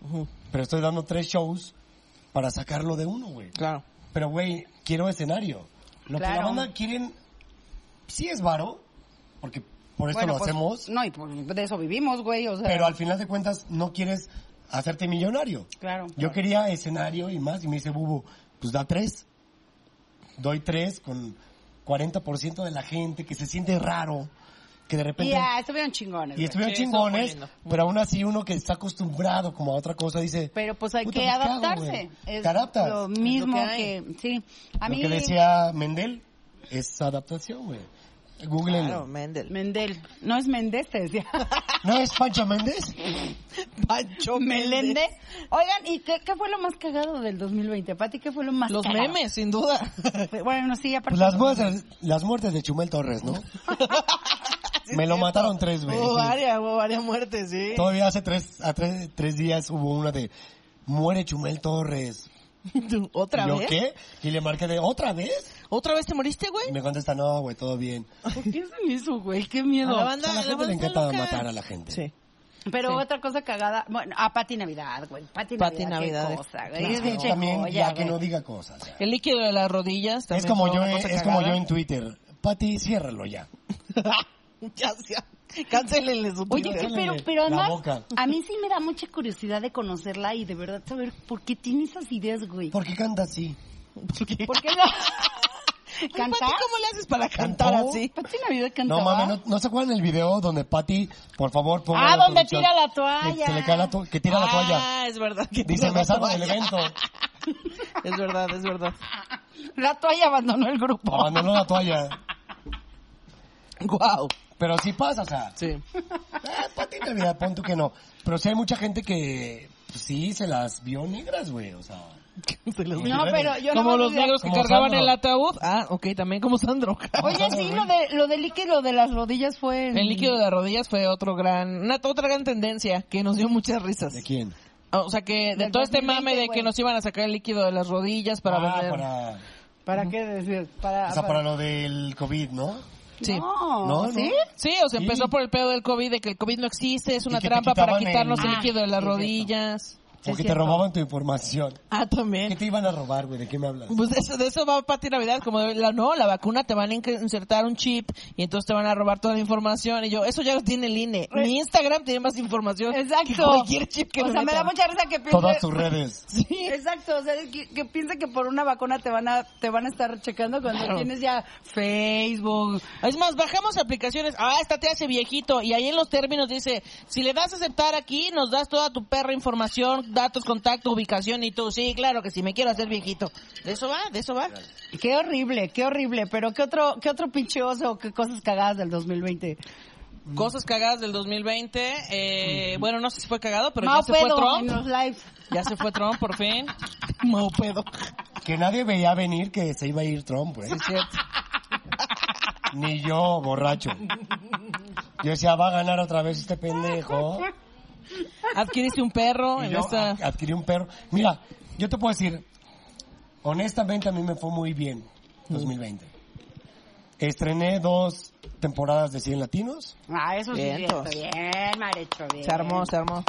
S2: Ujú,
S4: pero estoy dando tres shows para sacarlo de uno, güey.
S2: Claro.
S4: Pero, güey, quiero escenario. Lo que la
S3: Claro.
S4: banda quieren, sí es varo, porque por esto
S3: Bueno,
S4: lo
S3: pues,
S4: hacemos,
S3: No, y por- de eso vivimos, güey, o sea.
S4: pero al final de cuentas no quieres hacerte millonario.
S3: Claro.
S4: Yo quería escenario y más, y me dice Bubu, pues da tres. Doy tres con 40% de la gente que se siente raro, que de
S3: Y
S4: repente...
S3: ya, estuvieron chingones.
S4: Y
S3: güey.
S4: estuvieron
S2: Sí, estuvo muy
S4: chingones,
S2: lindo.
S4: pero aún así uno que está acostumbrado como a otra cosa dice...
S3: Pero pues hay
S4: "Puta,
S3: que
S4: ¿qué hago,
S3: adaptarse.
S4: güey?".
S3: Es
S4: Te adaptas.
S3: Lo mismo
S2: Es lo que
S3: que, sí. A
S4: Lo
S3: mí
S4: que decía Mendel es adaptación, güey. Google.
S2: Claro, Mendel.
S3: Mendel, no es Méndez, te decía.
S4: ¿No es Pancho Méndez?
S2: Pancho
S3: Meléndez. Oigan, ¿y qué, qué fue lo más cagado del 2020? Pati, ¿qué fue lo más
S2: Los
S3: cagado?
S2: memes, sin duda.
S3: Bueno, sí, aparte.
S4: Pues las muertes, las muertes de Chumel Torres, ¿no? Me lo mataron tres veces.
S2: Hubo varias, hubo varias muertes, sí.
S4: Todavía hace tres, a tres, tres días hubo una de muere Chumel Torres.
S2: ¿Otra
S4: ¿Y yo,
S2: vez?
S4: qué? Y le marqué de otra vez.
S2: ¿Otra vez te moriste, güey?
S4: Y me contesta, no, güey, todo bien.
S3: ¿Por qué hacen eso, güey? Qué miedo.
S2: A la
S4: O sea,
S2: banda,
S4: a la
S2: la
S4: gente
S2: banda
S4: le
S2: está
S4: encanta
S2: loca.
S4: matar a la gente.
S2: Sí.
S3: Pero
S2: Ah, Sí.
S3: otra cosa cagada. Bueno, a Pati Navidad, güey. Pati Navidad.
S2: Pati
S3: Qué
S2: Navidad.
S3: cosa, güey.
S4: Pero
S3: Es pinche
S4: también,
S3: joya,
S4: ya que no
S3: güey.
S4: diga cosas. ya.
S2: El líquido de las rodillas también
S4: Es como
S2: fue
S4: yo,
S2: una
S4: en-
S2: cosa
S4: es como yo
S2: cagada.
S4: en Twitter. Pati, ciérralo ya.
S2: ya sea, cáncelenle su
S3: Oye,
S2: Twitter.
S3: que- pero,
S4: Ándale,
S3: pero
S4: la
S3: además,
S4: boca.
S3: a mí sí me da mucha curiosidad de conocerla y de verdad saber por qué tiene esas ideas, güey.
S4: ¿Por qué canta así?
S3: ¿Por qué no?
S2: Oye, Pati,
S3: ¿Cantar?
S2: ¿Cómo le haces para cantar
S4: ¿Cantó?
S2: así?
S3: Pues, Pati Navidad
S4: No
S3: cantaba.
S4: mames, ¿no, no se acuerdan el video donde Patty, por favor, ponga
S3: Ah,
S4: la
S3: donde
S4: producción?
S3: tira la
S4: Que
S3: toalla.
S4: se le cae la to- que tira la toalla.
S2: Ah, es verdad. Que
S4: Dice,
S2: tira la
S4: me salgo del
S2: toalla".
S4: evento.
S2: Es verdad, es verdad.
S3: La toalla abandonó el grupo.
S4: Abandonó la toalla.
S2: Wow.
S4: Pero sí pasa, o sea.
S2: Sí.
S4: Ah, Patty Navidad, pon tú que no. Pero sí hay mucha gente que pues, sí se las vio negras, güey, o sea.
S2: Se los-
S3: No, pero yo
S2: como
S3: nomás
S2: los
S3: decía-
S2: negros que
S4: Como
S2: cargaban
S4: Sandro.
S2: el ataúd. Ah, ok, también como Sandro.
S3: Oye, sí, lo, de, lo del líquido de las rodillas fue... en-
S2: El líquido de las rodillas fue otro gran, una, otra gran tendencia que nos dio muchas risas.
S4: ¿De quién?
S2: O sea que de
S3: Del
S2: todo este
S3: 2020,
S2: mame de que
S3: güey.
S2: nos iban a sacar el líquido de las rodillas para
S4: ah,
S2: vender.
S4: para.
S3: ¿Para qué decías? Para,
S4: O sea, para lo del COVID, ¿no?
S2: Sí.
S3: No,
S4: No, no.
S3: ¿sí?
S2: Sí, o sea, empezó
S4: Sí.
S2: por el pedo del COVID, de que el COVID no existe, es
S4: Y
S2: una
S4: que te
S2: trampa para
S4: quitaban
S2: quitarnos el,
S4: el-
S2: líquido de
S3: Ah,
S2: las
S3: sí, es cierto.
S2: rodillas.
S4: Porque te robaban tu información.
S2: Ah,
S4: ¿Qué
S2: también.
S4: te iban a robar, güey? ¿De qué me hablas?
S2: Pues de eso, de eso va Pati Navidad, como de la, no, la vacuna te van a inc- insertar un chip y entonces te van a robar toda la información. Y yo, eso ya lo tiene el INE. Mi Instagram tiene más información que
S3: Exacto.
S2: cualquier chip que
S3: o
S2: le
S3: sea, me da
S2: metan.
S3: mucha risa que piense...
S4: Todas tus redes.
S2: Sí.
S3: Exacto, o sea, que, que piense que por una vacuna te van a te van a estar checando cuando
S2: Claro.
S3: tienes ya Facebook.
S2: Es más, bajamos aplicaciones. Ah, esta te hace viejito. Y ahí en los términos dice, si le das a aceptar aquí, nos das toda tu perra información, datos, contacto, ubicación y tú. Sí, claro que sí, me quiero hacer viejito. De eso va, de eso va.
S3: Qué horrible, qué horrible, pero qué otro qué otro pinche oso, qué cosas cagadas del 2020.
S2: Mm. Cosas cagadas del 2020. Eh, bueno, no sé si fue cagado, pero
S3: Mao
S2: ya se fue
S3: pedo en
S2: Trump.
S3: los live.
S2: Ya se fue Trump, por fin. No pedo.
S4: Que nadie veía venir que se iba a ir Trump, güey.
S2: Sí, es cierto.
S4: Ni yo, borracho. Yo decía, va a ganar otra vez este pendejo.
S2: Adquiriste un perro
S4: Y
S2: en
S4: yo
S2: esta...
S4: ad- adquirí un perro. Mira, yo te puedo decir, honestamente a mí me fue muy bien
S2: Mm.
S4: 2020. Estrené dos temporadas de 100 latinos.
S3: Ah, eso sí, bien,
S2: Vientos.
S3: bien, Marecho, bien.
S2: Se armó, se armó.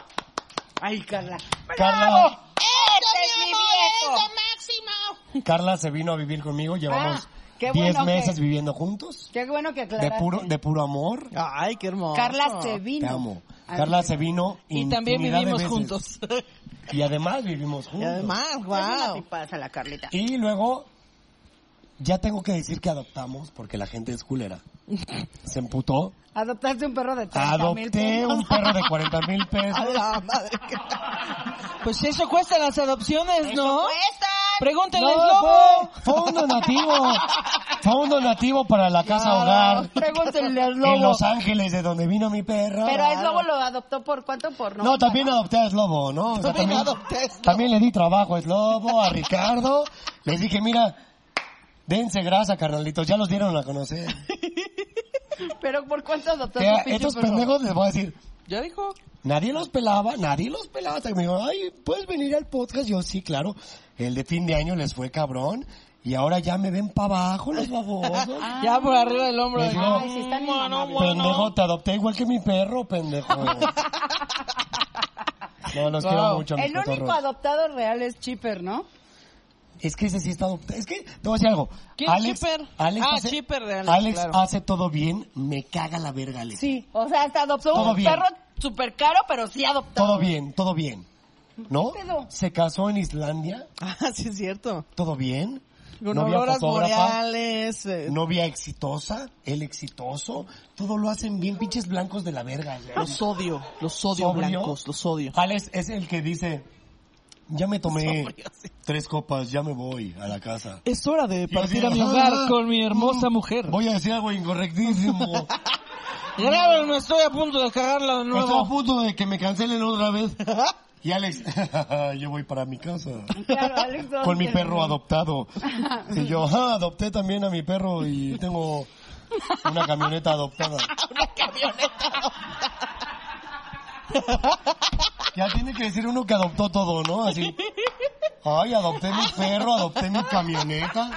S3: Ay, Carla.
S4: Carla,
S3: ¡Este es mi viejo!
S4: Carla se vino a vivir conmigo, llevamos
S3: Ah, qué
S4: 10
S3: bueno que-
S4: meses viviendo juntos.
S3: Qué bueno que
S4: De
S3: aclaraste.
S4: puro, de puro amor.
S2: Ay, qué hermoso.
S3: Carla este, se vino.
S4: Te amo.
S3: Ay,
S4: Carla se vino
S2: Y también
S4: infinidad de
S2: vivimos
S4: veces.
S2: juntos.
S4: Y además vivimos
S2: Y
S4: juntos.
S2: además,
S3: Es una
S2: wow.
S3: tipaza la Carlita.
S4: Y luego, ya tengo que decir que adoptamos porque la gente es culera. Se emputó.
S3: Adoptaste un perro de 30 mil
S4: Adopté un perro de 40 mil pesos.
S2: A la madre. Pues eso cuestan las adopciones, ¿no?
S3: ¡Cuestan!
S2: Pregúntenle,
S4: No,
S2: lobo.
S4: fue, fue un donativo. Fue un donativo para la casa hogar.
S3: Pregúntenle al
S4: En
S3: lobo.
S4: Los Ángeles, de donde vino mi perro.
S3: Pero el lobo lo adoptó por cuánto por
S4: No, también adopté a Slobo, ¿no? O sea,
S2: También
S4: también,
S2: adopté a Slobo.
S4: también le di trabajo a Slobo, a Ricardo. Les dije, mira, dense grasa, carnalitos, ya los dieron a conocer.
S3: Pero por cuánto adoptó
S4: O sea,
S3: su pinche
S4: estos
S3: perro?
S4: pendejos les voy a decir,
S2: Ya dijo.
S4: nadie los pelaba, nadie los pelaba. Hasta que me dijo, ay, ¿puedes venir al podcast? Yo, sí, claro. El de fin de año les fue cabrón. Y ahora ya me ven para abajo los babosos.
S2: Ya por arriba del hombro.
S4: Les
S2: de-
S4: digo,
S3: Ay, sí, están inmamables.
S4: Pendejo, te adopté igual que mi perro, pendejo. No, los
S2: Wow.
S4: quiero mucho. mis
S3: El único
S4: cotorros.
S3: adoptado real es Chipper, ¿no?
S4: Es que ese sí está adoptado. Es que te voy a decir algo.
S2: ¿Quién es Chipper?
S4: Alex
S2: Ah,
S4: hace,
S2: Chipper de Alex,
S4: Alex.
S2: claro.
S4: hace todo bien. Me caga la verga, Alex.
S3: Sí. O sea, hasta adoptó
S4: Todo
S3: un
S4: bien.
S3: perro súper caro, pero sí adoptado.
S4: Todo bien, todo bien. ¿No?
S3: ¿Qué pedo?
S4: Se casó en Islandia.
S2: Ah, sí es cierto.
S4: Todo bien.
S2: Con
S4: Novia
S2: auroras
S4: fotógrafa.
S2: boreales. eh,
S4: Novia exitosa. Él exitoso. Todo lo hacen bien pinches blancos de la verga. güey.
S2: Los odio, los odio
S4: Sobrio.
S2: blancos, los odio.
S4: Alex es el que dice, ya me tomé
S2: Sobrio, sí.
S4: tres copas, ya me voy a la casa.
S2: Es hora de
S4: Y así,
S2: partir a mi
S4: "Ah,
S2: hogar con mi hermosa
S4: mm,
S2: mujer.
S4: Voy a decir algo incorrectísimo.
S2: Grábalo, no estoy a punto de cagarla de
S4: Estoy a
S2: nuevo.
S4: punto de que me cancelen otra vez. Y Alex, yo voy para mi casa.
S3: Claro, Alex, no
S4: Con mi
S3: entiende.
S4: perro adoptado. Y yo, "Ah, adopté también a mi perro y tengo una camioneta adoptada.
S2: Una camioneta.
S4: Ya tiene que decir uno que adoptó todo, ¿no? Así. Ay, adopté mi perro, adopté mi camioneta,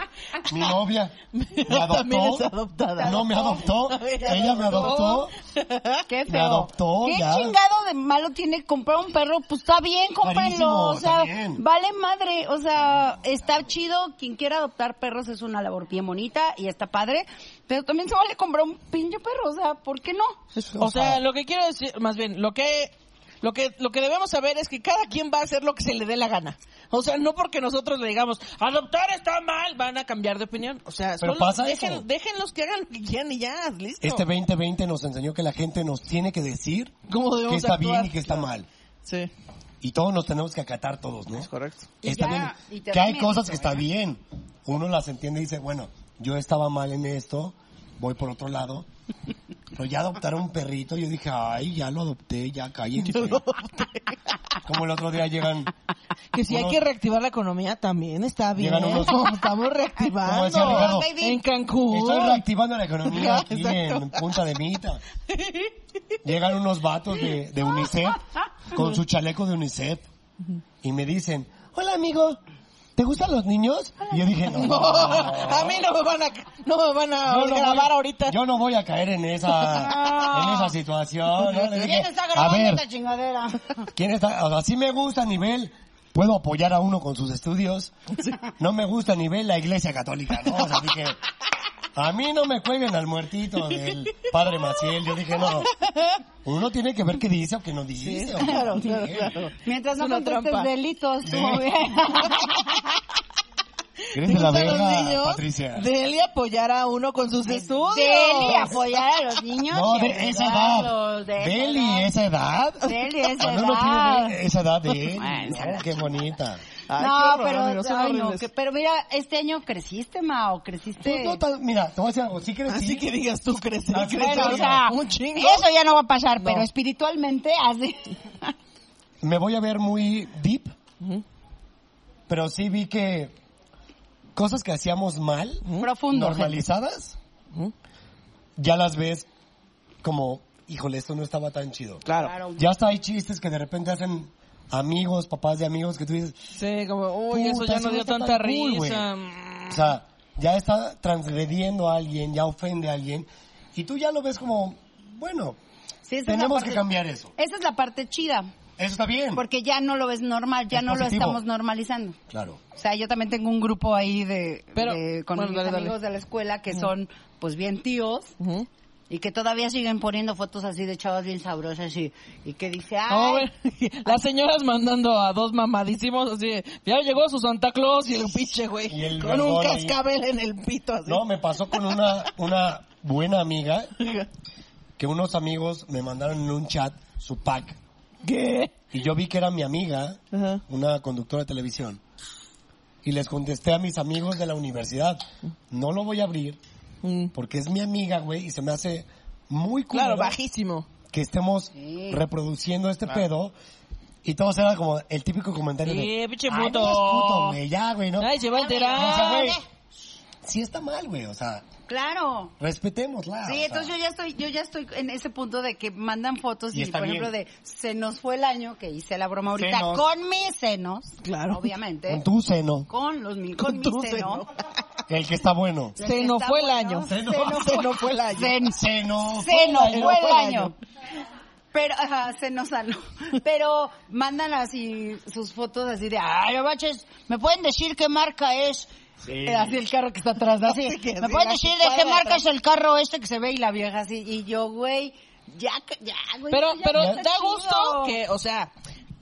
S4: mi novia. Me
S2: También es
S4: adoptó.
S2: adoptada.
S4: No me adoptó. Ella me adoptó.
S3: Qué feo.
S4: Me adoptó,
S3: ¿Qué
S4: ya.
S3: chingado de malo tiene comprar un perro? Pues está bien, cómprenlo.
S4: Carísimo,
S3: O sea,
S4: está bien.
S3: vale madre. O sea, está chido. Quien quiera adoptar perros es una labor bien bonita y está padre. Pero también se vale comprar un pinche perro. O sea, ¿por qué no?
S2: O sea, lo que quiero decir, más bien, lo que lo que lo que debemos saber es que cada quien va a hacer lo que se le dé la gana. O sea, no porque nosotros le digamos adoptar está mal, van a cambiar de opinión. O sea,
S4: Pero
S2: solo
S4: pasa
S2: dejen,
S4: eso.
S2: déjenlos que hagan lo que quieran y ya, listo.
S4: Este 2020 nos enseñó que la gente nos tiene que decir
S2: ¿Cómo
S4: que
S2: debemos
S4: está
S2: actuar?
S4: bien y que está mal.
S2: Sí,
S4: Y todos nos tenemos que acatar todos, ¿no?
S2: es correcto.
S3: Y
S4: está
S3: ya, y
S4: bien.
S3: te
S4: Que hay
S3: da
S4: cosas
S3: miedito,
S4: que está
S3: ¿eh?
S4: bien. Uno las entiende y dice, bueno, yo estaba mal en esto, voy por otro lado. Pero ya adoptar a un perrito, yo dije, ay, ya lo adopté, ya cállense. Como el otro día llegan,
S2: Que si hay
S4: Unos-
S2: que reactivar la economía también está bien.
S4: Ah, Llegan unos-
S2: Estamos
S4: Como decía
S2: reactivando
S4: Ricardo,
S2: en Cancún.
S4: estoy reactivando la economía aquí
S2: Exacto.
S4: en Punta de Mita. Llegan unos vatos de, de UNICEF con su chaleco de UNICEF y me dicen, hola amigo, ¿te gustan los niños? Y yo dije,
S2: No, a mí no me van a no me van a
S4: no
S2: grabar
S4: voy-
S2: ahorita.
S4: yo no voy a caer en esa, en esa situación. ¿no? Le dije, a ver,
S3: chingadera?
S4: ¿quién está? O sea, sí me gusta a nivel, puedo apoyar a uno con sus estudios. No me gusta a nivel la iglesia católica, ¿no? O sea, dije, a mí no me cuelguen al muertito del padre Maciel. Yo dije, no, uno tiene que ver qué dice o qué no dice. o qué
S2: Claro,
S4: no
S2: claro,
S4: dice.
S2: claro.
S3: Mientras no
S2: Es una
S3: contestes
S2: trampa.
S3: delitos.
S4: Sí.
S3: muy bien.
S4: Eres de la
S2: gustan los
S4: verga,
S2: niños?
S4: Patricia.
S2: Deli apoyar a uno con sus estudios.
S3: Deli, apoyar a los niños.
S4: No,
S3: y
S4: de esa edad.
S3: ayudarlos, de esa
S4: Deli,
S3: edad.
S4: esa edad.
S3: Deli, esa
S4: Cuando uno
S3: edad.
S4: tiene esa edad de él.
S3: Ah, esa
S4: ¿no?
S3: edad.
S4: qué bonita.
S2: Ay, qué
S3: no,
S2: horror,
S3: pero,
S2: amigos, son
S3: ay, no,
S2: horribles.
S3: que- pero mira, este año creciste, Ma, o creciste...
S4: Pues no tan- mira, te voy a decir algo. Sí crecí.
S2: Así que digas tú crecer,
S4: Ah,
S2: crecer,
S3: Bueno, o sea,
S2: un chingo.
S3: eso ya no va a pasar,
S2: No.
S3: pero espiritualmente así.
S4: Me voy a ver muy deep. Pero sí vi que cosas que hacíamos mal,
S3: Profundo.
S4: normalizadas, ya las ves como, híjole, esto no estaba tan chido.
S2: Claro.
S4: Ya hasta hay chistes que de repente hacen amigos, papás de amigos, que tú dices,
S2: Sí, como, uy, eso
S4: Puta,
S2: ya
S4: eso
S2: no
S4: no
S2: dio
S4: está
S2: tanta
S4: tan cool,
S2: risa.
S4: güey. O sea, ya está transgrediendo a alguien, ya ofende a alguien, y tú ya lo ves como, bueno,
S3: Sí, esa es la
S4: tenemos que
S3: parte-
S4: cambiar eso.
S3: Esa es la parte chida,
S4: Eso está bien.
S3: porque ya no lo ves normal, ya
S4: Es
S3: no
S4: positivo.
S3: lo estamos normalizando.
S4: Claro.
S3: O sea, yo también tengo un grupo ahí de,
S2: Pero,
S3: de- con
S2: bueno,
S3: mis
S2: dale, dale.
S3: amigos de la escuela que son, pues, bien tíos.
S2: Ujú.
S3: Y que todavía siguen poniendo fotos así de chavas bien sabrosas y, y que dice, ay,
S2: No, güey, las señoras mandando a dos mamadísimos así, de, ya llegó su Santa Claus y el pinche, güey,
S4: Y el
S2: con un
S4: vergón ahí.
S2: cascabel en el pito así.
S4: No, me pasó con una, una buena amiga que unos amigos me mandaron en un chat su pack.
S2: ¿Qué?
S4: Y yo vi que era mi amiga,
S2: Ajá.
S4: una conductora de televisión. y les contesté a mis amigos de la universidad, no lo voy a abrir
S2: Mm.
S4: porque es mi amiga, güey, y se me hace muy
S2: Claro,
S4: culero
S2: bajísimo.
S4: que estemos reproduciendo este pedo. Y todos era como el típico comentario de...
S2: Sí, pinche
S4: "Ay, no
S2: puto".
S4: seas puto, güey, ya, güey, ¿no?
S2: Ay, se va a
S4: O sea,
S2: enterar.
S4: güey, sí está mal, güey, o sea,
S3: Claro.
S4: respetémosla. Ah, o
S3: Sí,
S4: sea.
S3: entonces yo ya estoy, yo ya estoy en ese punto de que mandan fotos
S4: Y
S3: y,
S4: está
S3: por ejemplo
S4: bien.
S3: de se nos fue el año que hice la broma ahorita
S4: Senos.
S3: con mis senos,
S2: Claro.
S3: obviamente,
S4: Con tu seno,
S3: con los mi-
S2: Con
S3: con,
S2: tu
S3: mis senos.
S2: seno.
S4: el que está bueno.
S3: Ya
S2: Se
S3: que
S2: nos
S3: está
S2: fue el
S3: bueno.
S2: año.
S3: Se nos
S2: Se nos fue el año.
S3: Se-
S4: Seno.
S3: se nos
S2: Se nos
S3: fue el año. Pero, ajá, se nos sanó. Pero mandan así sus fotos así de, ay, no manches, ¿me pueden decir qué marca es? Eh, Así el carro que está atrás, ¿no? Así,
S2: Así que
S3: ¿me
S2: así,
S3: pueden
S2: la
S3: decir de
S2: cuadra
S3: qué
S2: de
S3: marca
S2: atrás.
S3: es el carro este que se ve y la vieja así? Y yo, güey, ya, que- ya, güey.
S2: Pero,
S3: ya
S2: pero
S3: no está
S2: da gusto
S3: chido.
S2: que, o sea,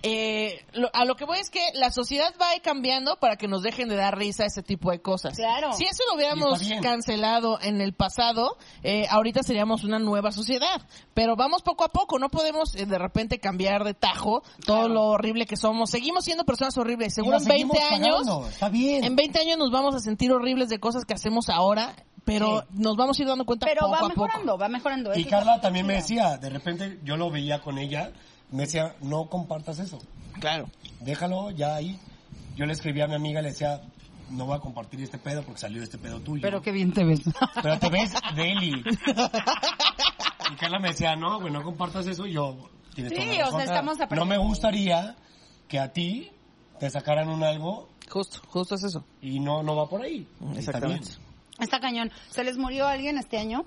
S2: eh, lo- a lo que voy es que la sociedad va a ir cambiando para que nos dejen de dar risa a ese tipo de cosas.
S3: Claro.
S2: Si eso lo hubiéramos
S4: Y está bien.
S2: cancelado en el pasado, eh, ahorita seríamos una nueva sociedad. Pero vamos poco a poco, no podemos eh, de repente cambiar de tajo todo lo horrible que somos. Seguimos siendo personas horribles. Seguro
S4: Y
S2: en
S4: la
S2: 20
S4: seguimos
S2: años,
S4: pagando, Está bien.
S2: en 20 años nos vamos a sentir horribles de cosas que hacemos ahora, pero nos vamos a ir dando cuenta
S3: Pero
S2: poco
S3: va
S2: a poco.
S3: mejorando, va mejorando. ¿eh?
S4: Y
S3: Eso está
S4: Carla
S3: muy
S4: también me
S3: chido.
S4: decía, de repente yo lo veía con ella, me decía, no compartas eso,
S2: Claro.
S4: déjalo ya ahí. Yo le escribí a mi amiga, le decía, no voy a compartir este pedo porque salió este pedo tuyo.
S3: Pero qué bien te ves.
S4: Pero te ves deli. Y Carla me decía, no, güey, no compartas eso. Y yo, tienes
S3: Sí,
S4: toda la razón.
S3: o sea, estamos
S4: No
S3: aprendiendo.
S4: me gustaría que a ti te sacaran un algo
S2: Justo, justo es eso.
S4: y no, no va por ahí.
S2: Exactamente.
S4: Está bien.
S3: Está cañón. ¿Se les murió alguien este año?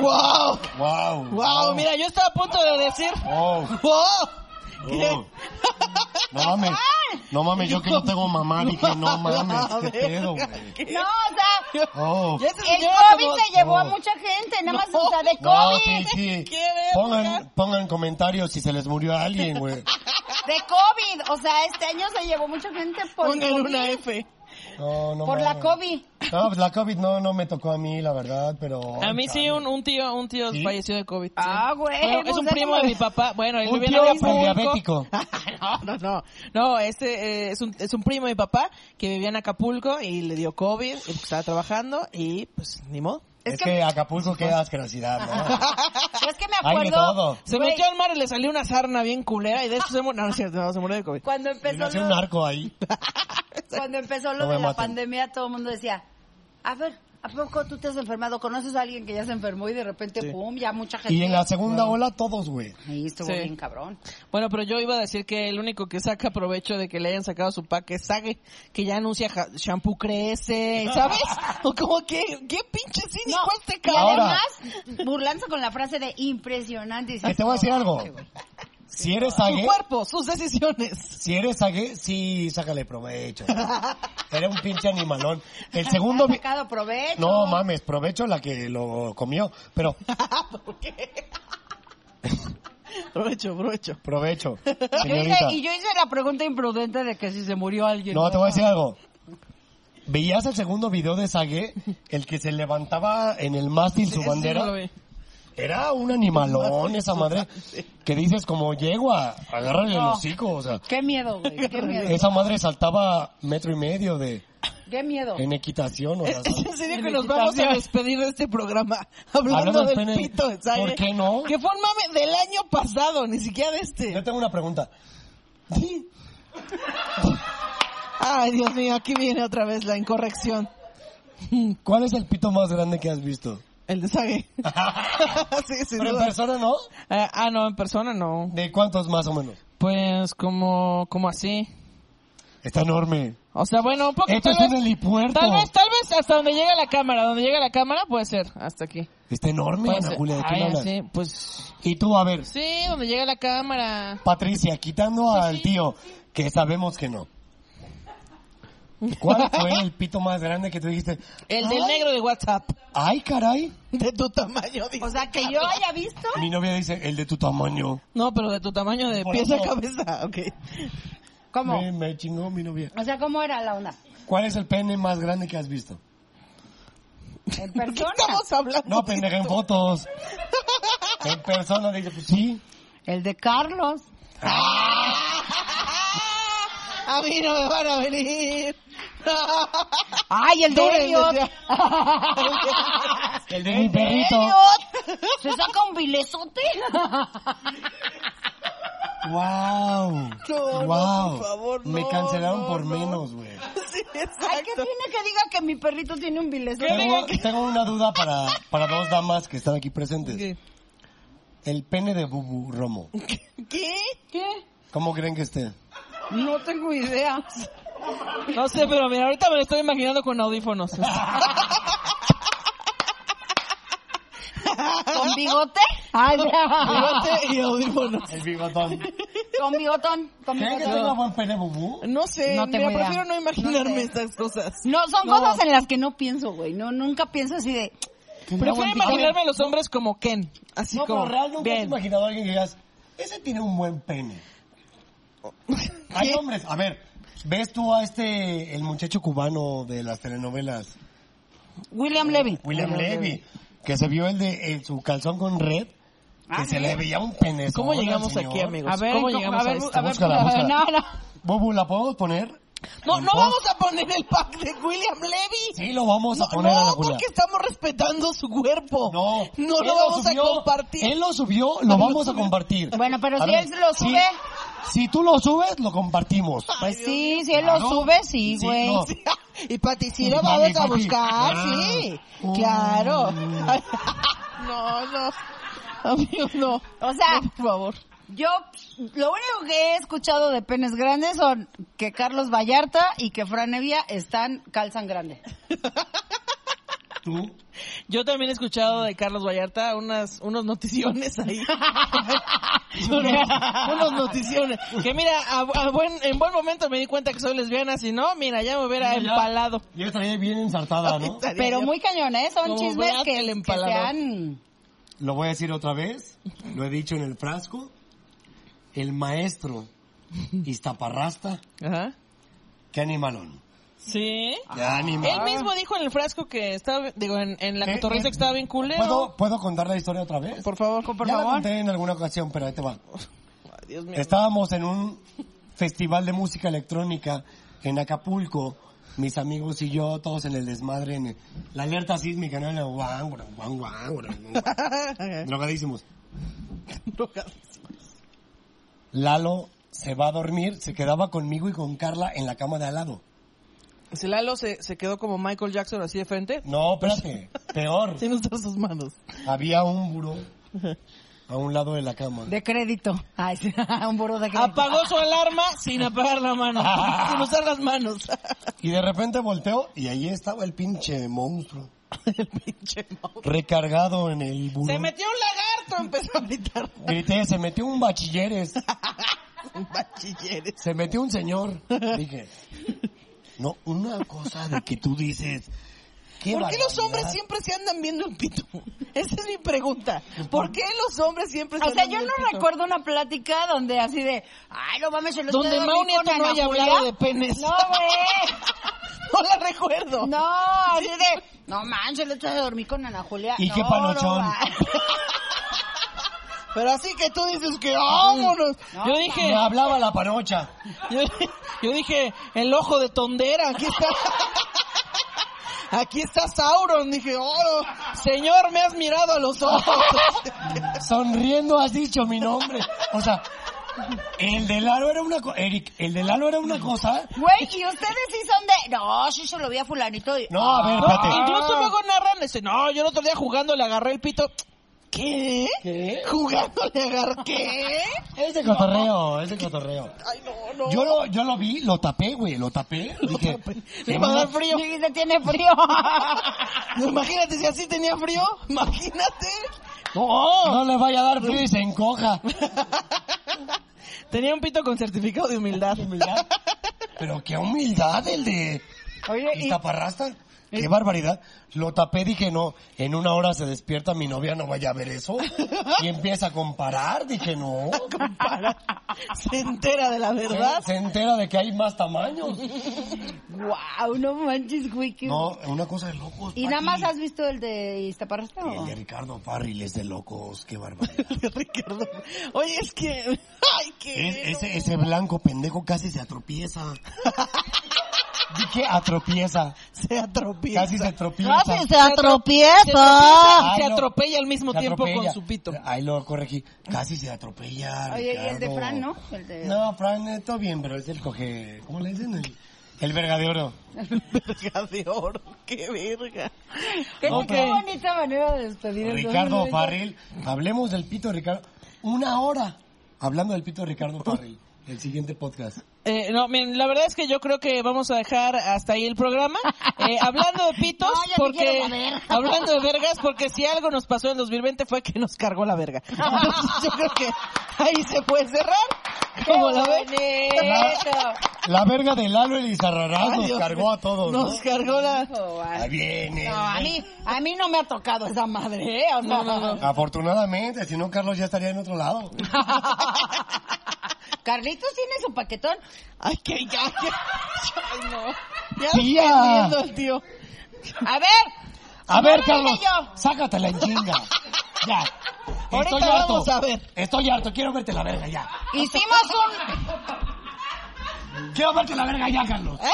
S2: ¡Wow!
S4: Wow.
S2: ¡Wow! Mira, yo estaba a punto de decir.
S4: Wow.
S2: ¡Wow!
S4: Oh. No mames, no mames, yo que no tengo mamá, dije, no mames, qué pedo, güey.
S3: No, o sea,
S4: Oh,
S2: Ya se
S3: el
S2: lleva
S3: COVID
S2: como-
S3: se llevó a
S4: No.
S3: mucha gente, nada más
S2: No.
S3: o sea, de
S4: no,
S3: COVID.
S4: sí, sí.
S2: Qué verga.
S4: Pongan, pongan comentarios si se les murió a alguien, güey.
S3: De COVID, o sea, este año se llevó mucha gente por,
S2: Pongan
S3: COVID,
S2: una F.
S4: No, no
S3: por la
S4: mames.
S3: COVID.
S4: No, pues la COVID no, no me tocó a mí, la verdad, pero...
S2: A mí sí, un, un tío, un tío
S4: ¿Sí?
S2: falleció de COVID. sí.
S3: Ah, güey,
S2: Bueno, es
S3: pues
S2: un
S3: eso
S2: primo
S3: no-
S2: de mi papá. Bueno, él
S4: Un
S2: vivía en Acapulco.
S4: tío prediabético.
S2: Ah, no, no, no. No, este eh, es, un, es un primo de mi papá que vivía en Acapulco y le dio COVID, y pues estaba trabajando y pues ni modo.
S4: Es,
S3: Es
S4: que, Acapulco queda asquerosidad, ¿no?
S3: Es que me
S4: Hay de
S3: acuerdo
S4: todo.
S2: Se
S3: Güey.
S2: metió al mar y le salió una sarna bien culera y de eso se murió. No, no es cierto, no, se murió de COVID.
S3: cuando
S4: Y
S3: empezó
S4: nació
S3: lo,
S4: un narco ahí.
S3: cuando empezó lo
S4: No me
S3: de la
S4: maten.
S3: pandemia, todo el mundo decía, a ver, ¿a poco tú te has enfermado? ¿Conoces a alguien que ya se enfermó y de repente, pum, ya mucha gente?
S4: Y en la segunda ola todos, güey.
S3: Ahí estuvo
S2: Sí.
S3: bien cabrón.
S2: Bueno, pero yo iba a decir que el único que saca provecho de que le hayan sacado su pack es Sage, que ya anuncia ja- shampoo crece, ¿sabes? O como que, qué pinche cínico este
S3: y
S2: cabrón.
S4: Ahora.
S3: además, burlándose con la frase de impresionante.
S4: Que te voy a decir algo. Si eres
S2: Su
S4: ague,
S2: cuerpo, sus decisiones.
S4: si eres ague, sí, sácale provecho. Era un pinche animalón. El segundo... vi-
S3: sacado provecho.
S4: No mames, provecho la que lo comió, pero
S2: Provecho, provecho.
S4: provecho,
S3: Yo hice-
S4: señorita.
S3: y yo hice la pregunta imprudente de que si se murió alguien.
S4: No, te voy a decir algo. ¿Veías el segundo video de Sague? El que se levantaba en el mástil
S2: Eso
S4: su
S2: no lo
S4: bandera.
S2: vi.
S4: Era un animalón esa madre. Que dices como yegua, agárrale el
S3: No.
S4: hocico, o sea.
S3: Qué miedo, güey. Qué miedo.
S4: Esa madre saltaba metro y medio de
S3: Qué miedo.
S4: en equitación, o sea.
S2: Es en serio que nos vamos a despedir de este programa hablando
S4: Hablando del
S2: del
S4: pene.
S2: pito de Sage.
S4: ¿Por qué no?
S2: Que fue un mame del año pasado, ni siquiera de
S4: Yo
S2: este.
S4: tengo una pregunta.
S2: Ay, Dios mío, aquí viene otra vez la incorrección.
S4: ¿Cuál es el pito más grande que has visto?
S2: El de Sage. sí, sin
S4: Pero en
S2: duda.
S4: persona no.
S2: Eh, ah, no, en persona no.
S4: ¿De cuántos más o menos?
S2: Pues como, como así.
S4: Está enorme.
S2: O sea, bueno, un poco.
S4: Esto
S2: Tal
S4: es un
S2: vez,
S4: helipuerto.
S2: tal vez, tal vez hasta donde llega la cámara. Donde llega la cámara puede ser, hasta aquí.
S4: Está enorme,
S2: Puede
S4: Ana
S2: ser.
S4: Julia, ¿de quién
S2: Ay,
S4: hablas?
S2: sí, pues
S4: Y tú, a ver,
S2: sí, donde llega la cámara.
S4: Patricia, quitando al tío, que sabemos que no. ¿Cuál fue el pito más grande que tú dijiste?
S2: El del
S4: ay,
S2: negro de WhatsApp.
S4: Ay, caray.
S2: De tu tamaño, dice.
S3: O sea, que yo haya visto.
S4: Mi novia dice, el de tu tamaño.
S2: No, pero de tu tamaño de
S4: Por
S2: pies a
S4: eso.
S2: cabeza, ok.
S3: ¿Cómo?
S4: Me, me chingó mi novia.
S3: O sea, ¿cómo era la onda?
S4: ¿Cuál es el pene más grande que has visto?
S2: ¿Qué
S3: ¿En persona?
S2: estamos hablando?
S4: No, pendeja, en fotos. En persona, dice, pues sí.
S3: El de Carlos.
S2: Ah. A mí no me van a venir.
S3: ¡Ay, el de
S2: Duren,
S3: Elliot!
S2: decía.
S4: El de mi perrito.
S3: Elliot. ¡Se saca un vilezote!
S4: Wow.
S2: No, no,
S4: wow.
S2: por favor,
S4: Me
S2: no,
S4: cancelaron
S2: no,
S4: por
S2: no.
S4: menos, güey.
S2: Sí,
S3: Ay, ¿qué
S2: exacto.
S3: tiene que diga que mi perrito tiene un vilezote?
S4: Tengo, tengo una duda para, para dos damas que están aquí presentes.
S2: ¿Qué?
S4: El pene de Bubu Romo.
S2: ¿Qué?
S3: ¿Qué?
S4: ¿Cómo creen que esté?
S3: No tengo idea.
S2: No sé, pero mira, ahorita me lo estoy imaginando con audífonos.
S3: ¿Con bigote? Ay,
S2: Bigote y audífonos.
S4: El bigotón.
S3: ¿Con bigotón? ¿Con
S4: ¿Creen que
S3: bigotón?
S4: tenga buen pene Bubu?
S2: No sé,
S3: No tengo
S2: mira,
S3: idea.
S2: prefiero no imaginarme
S3: No sé.
S2: estas cosas.
S3: No, son
S2: No.
S3: cosas en las que no pienso, güey. No, nunca pienso así de...
S2: Prefiero imaginarme a los hombres como Ken. Así
S4: no,
S2: como.
S4: pero real nunca has
S2: bien.
S4: imaginado a alguien que digas, ese tiene un buen pene. Hay hombres, a ver, ¿ves tú a este, el muchacho cubano de las telenovelas,
S3: William Levy.
S4: William Levy, que se vio el de el- su calzón con red, que se le veía un pene.
S2: ¿Cómo llegamos aquí, amigos?
S3: A ver,
S2: ¿cómo
S3: ¿cómo-
S2: llegamos
S3: a
S2: a,
S3: ver,
S2: esto?
S4: A búscala, búscala.
S3: No, no.
S4: Bubu, ¿la podemos poner?
S2: No,
S4: en
S2: no
S4: post?
S2: vamos a poner el pack de William Levy.
S4: Sí, lo vamos a poner a la
S2: no,
S4: Julia.
S2: porque estamos respetando su cuerpo.
S4: No,
S2: no
S4: él
S2: lo vamos
S4: subió,
S2: a compartir.
S4: Él lo subió, lo vamos a compartir.
S3: Bueno, pero
S4: A
S3: si
S4: ver,
S3: él lo
S4: si-
S3: sube.
S4: Si tú lo subes, lo compartimos.
S3: Pues sí, si él lo
S4: Claro.
S3: sube, sí,
S4: Sí,
S3: güey.
S4: no.
S2: y Pati, sí lo
S4: Mami,
S2: vamos a
S4: papi.
S2: buscar,
S4: Ah.
S2: sí.
S4: Mm.
S2: Claro. no, no. Amigos, no.
S3: O sea,
S2: No, por favor.
S3: yo lo único que he escuchado de penes grandes son que Carlos Vallarta y que Fran Evia están calzan grande.
S4: Tú,
S2: Yo también he escuchado de Carlos Vallarta unas unos noticiones ahí. unos, unos noticiones. Que mira, a, a buen, en buen momento me di cuenta que soy lesbiana, si no, mira, ya me hubiera
S4: Ya.
S2: empalado.
S4: yo estaría bien ensartada, ¿no?
S2: Estaría
S3: Pero
S2: yo-
S3: muy cañones, son
S2: Como
S3: chismes
S2: Brad
S3: que,
S2: el
S3: que
S2: empalador.
S3: se han...
S4: Lo voy a decir otra vez, lo he dicho en el frasco. El maestro Iztaparrasta,
S2: Ajá.
S4: qué animalón.
S2: Sí.
S4: Qué animal.
S2: Él mismo dijo en el frasco que estaba, digo, en, en la
S4: Ah. Eh,
S2: cotorrita
S4: eh,
S2: que estaba bien culero.
S4: ¿Puedo, ¿Puedo contar la historia otra vez?
S2: Por favor, por
S4: ya la
S2: favor.
S4: conté en alguna ocasión, pero ahí te va.
S2: Ay, Dios mío.
S4: Estábamos en un festival de música electrónica en Acapulco, mis amigos y yo, todos en el desmadre, en el- la alerta sísmica, ¿no? En el guau, guau, guau, guau, guau, guau. Drogadísimos. Lalo se va a dormir, se quedaba conmigo y con Carla en la cama de al lado.
S2: Si Lalo se, se quedó como Michael Jackson así de frente,
S4: No, espérate, peor.
S2: sin usar sus manos.
S4: Había un buró a un lado de la cama.
S3: De crédito. Ay, sí, un burro de crédito.
S2: Apagó su alarma sin apagar la mano, sin usar las manos.
S4: Y de repente volteo y ahí estaba el pinche monstruo.
S2: El pinche mouse.
S4: Recargado en el buró.
S2: Se metió un lagarto, empezó a gritar
S4: Grité, se metió un bachilleres.
S2: un bachilleres.
S4: Se metió un señor. Dije, no, una cosa de que tú dices. ¿qué
S2: ¿Por qué los
S4: barbaridad.
S2: hombres siempre se andan viendo el pito? Esa es mi pregunta.
S4: Pues
S2: ¿Por qué los hombres siempre se
S3: O sea,
S2: andan
S3: yo
S2: viendo
S3: no
S2: el pito?
S3: recuerdo una plática donde así de, ay, no mames, el otro
S2: Donde
S3: día
S2: Mau
S3: dormí
S2: Nieto
S3: con
S2: no
S3: Ana
S2: haya
S3: Julia".
S2: hablado de penes.
S3: No, güey.
S2: No la recuerdo.
S3: No, así de, no manches, el otro día dormí con Ana Julia.
S4: Y
S3: no,
S4: qué panochón.
S3: no, va.
S2: Pero así que tú dices que vámonos.
S3: No,
S2: yo dije,
S4: Me hablaba la panocha.
S2: yo, yo dije, el ojo de tondera, aquí está. Aquí está Sauron, dije, oro, señor, me has mirado a los ojos.
S4: Sonriendo has dicho mi nombre. O sea, el del aro era una cosa. Eric, el del aro era una cosa.
S3: Güey, y ustedes sí son de, no, sí se lo vi a fulanito. y-
S4: No, a ver,
S2: Ah, No,
S4: espérate.
S2: incluso luego narran, dice, no, yo el otro día jugando le agarré el pito. ¿Qué?
S4: ¿Qué?
S2: ¿Jugando le agarré qué?
S4: Es de cotorreo, es de cotorreo.
S2: Ay, no, no.
S4: Yo lo, yo lo vi, lo tapé, güey, lo tapé. Dije,
S2: Le va a dar frío.
S3: Dijiste, tiene frío.
S2: Imagínate si así tenía frío. Imagínate.
S4: no le vaya a dar frío y se encoja.
S2: Tenía un pito con certificado de humildad.
S4: Humildad. Pero qué humildad el de
S3: Oye,
S4: Iztaparrasta. qué barbaridad. Lo tapé, dije, no, en una hora se despierta mi novia, no vaya a ver eso. Y empieza a comparar, dije, no.
S2: Se entera de la
S4: Se,
S2: verdad.
S4: se entera de que hay más tamaños.
S3: Wow, no manches, güey. qué-
S4: No, una cosa de locos.
S3: ¿Y nada
S4: Pati.
S3: más has visto el de Iztaparrasta?
S4: El
S3: o?
S4: de Ricardo Farril es de locos, qué barbaridad.
S2: Ricardo. Oye, es que. Ay, qué.
S4: Es- ese, ese blanco pendejo casi se atropieza. Dije atropieza.
S2: Se atropieza.
S4: Casi se atropieza.
S6: Casi se
S2: Se atropieza
S6: atropieza.
S2: y se
S4: Ay, no.
S2: atropella al mismo
S4: Se
S2: tiempo
S4: atropella.
S2: con su pito.
S4: Ahí lo corregí. Casi se atropella.
S3: Oye, y el de
S4: Ricardo.
S3: Fran, ¿no? El de-
S4: No, Fran, eh, todo bien, pero es el coge. ¿Cómo le dicen? El, el verga de oro.
S2: Verga de oro, qué verga.
S3: Qué,
S2: Ok.
S3: qué bonita manera de despedir el
S4: Ricardo
S3: 2020.
S4: Farril. Hablemos del pito de Ricardo. Una hora hablando del pito de Ricardo Farril. El siguiente podcast.
S2: Eh, no, miren, la verdad es que yo creo que vamos a dejar hasta ahí el programa. Eh, hablando de pitos,
S6: No, yo me
S2: porque
S6: quiero mover.
S2: hablando de vergas, porque si algo nos pasó en 2020 fue que nos cargó la verga. Entonces, yo creo que ahí se puede cerrar. Como la ven.
S4: La, la verga de Lalo Elizarrarás
S2: Ay,
S4: nos
S2: Dios
S4: cargó a todos. ¿no?
S2: Nos cargó la.
S3: Oh, wow.
S4: Ahí viene.
S3: No, a mí, a mí no me ha tocado esa madre, ¿eh? O sea,
S4: Afortunadamente, si no, Carlos ya estaría en otro lado.
S3: Carlitos tiene su paquetón.
S2: Ay, que ya, ya. Ay, no. Ya
S4: Tía.
S2: está viendo el tío.
S3: A ver,
S4: A
S3: No,
S4: ver,
S3: no,
S4: Carlos,
S3: no, yo.
S4: sácatela en chinga. Ya.
S2: Ahorita
S4: Estoy harto.
S2: vamos a ver.
S4: Estoy harto, quiero verte la verga ya.
S3: hicimos un,
S4: Quiero verte la verga ya, Carlos.
S3: ¿Eh?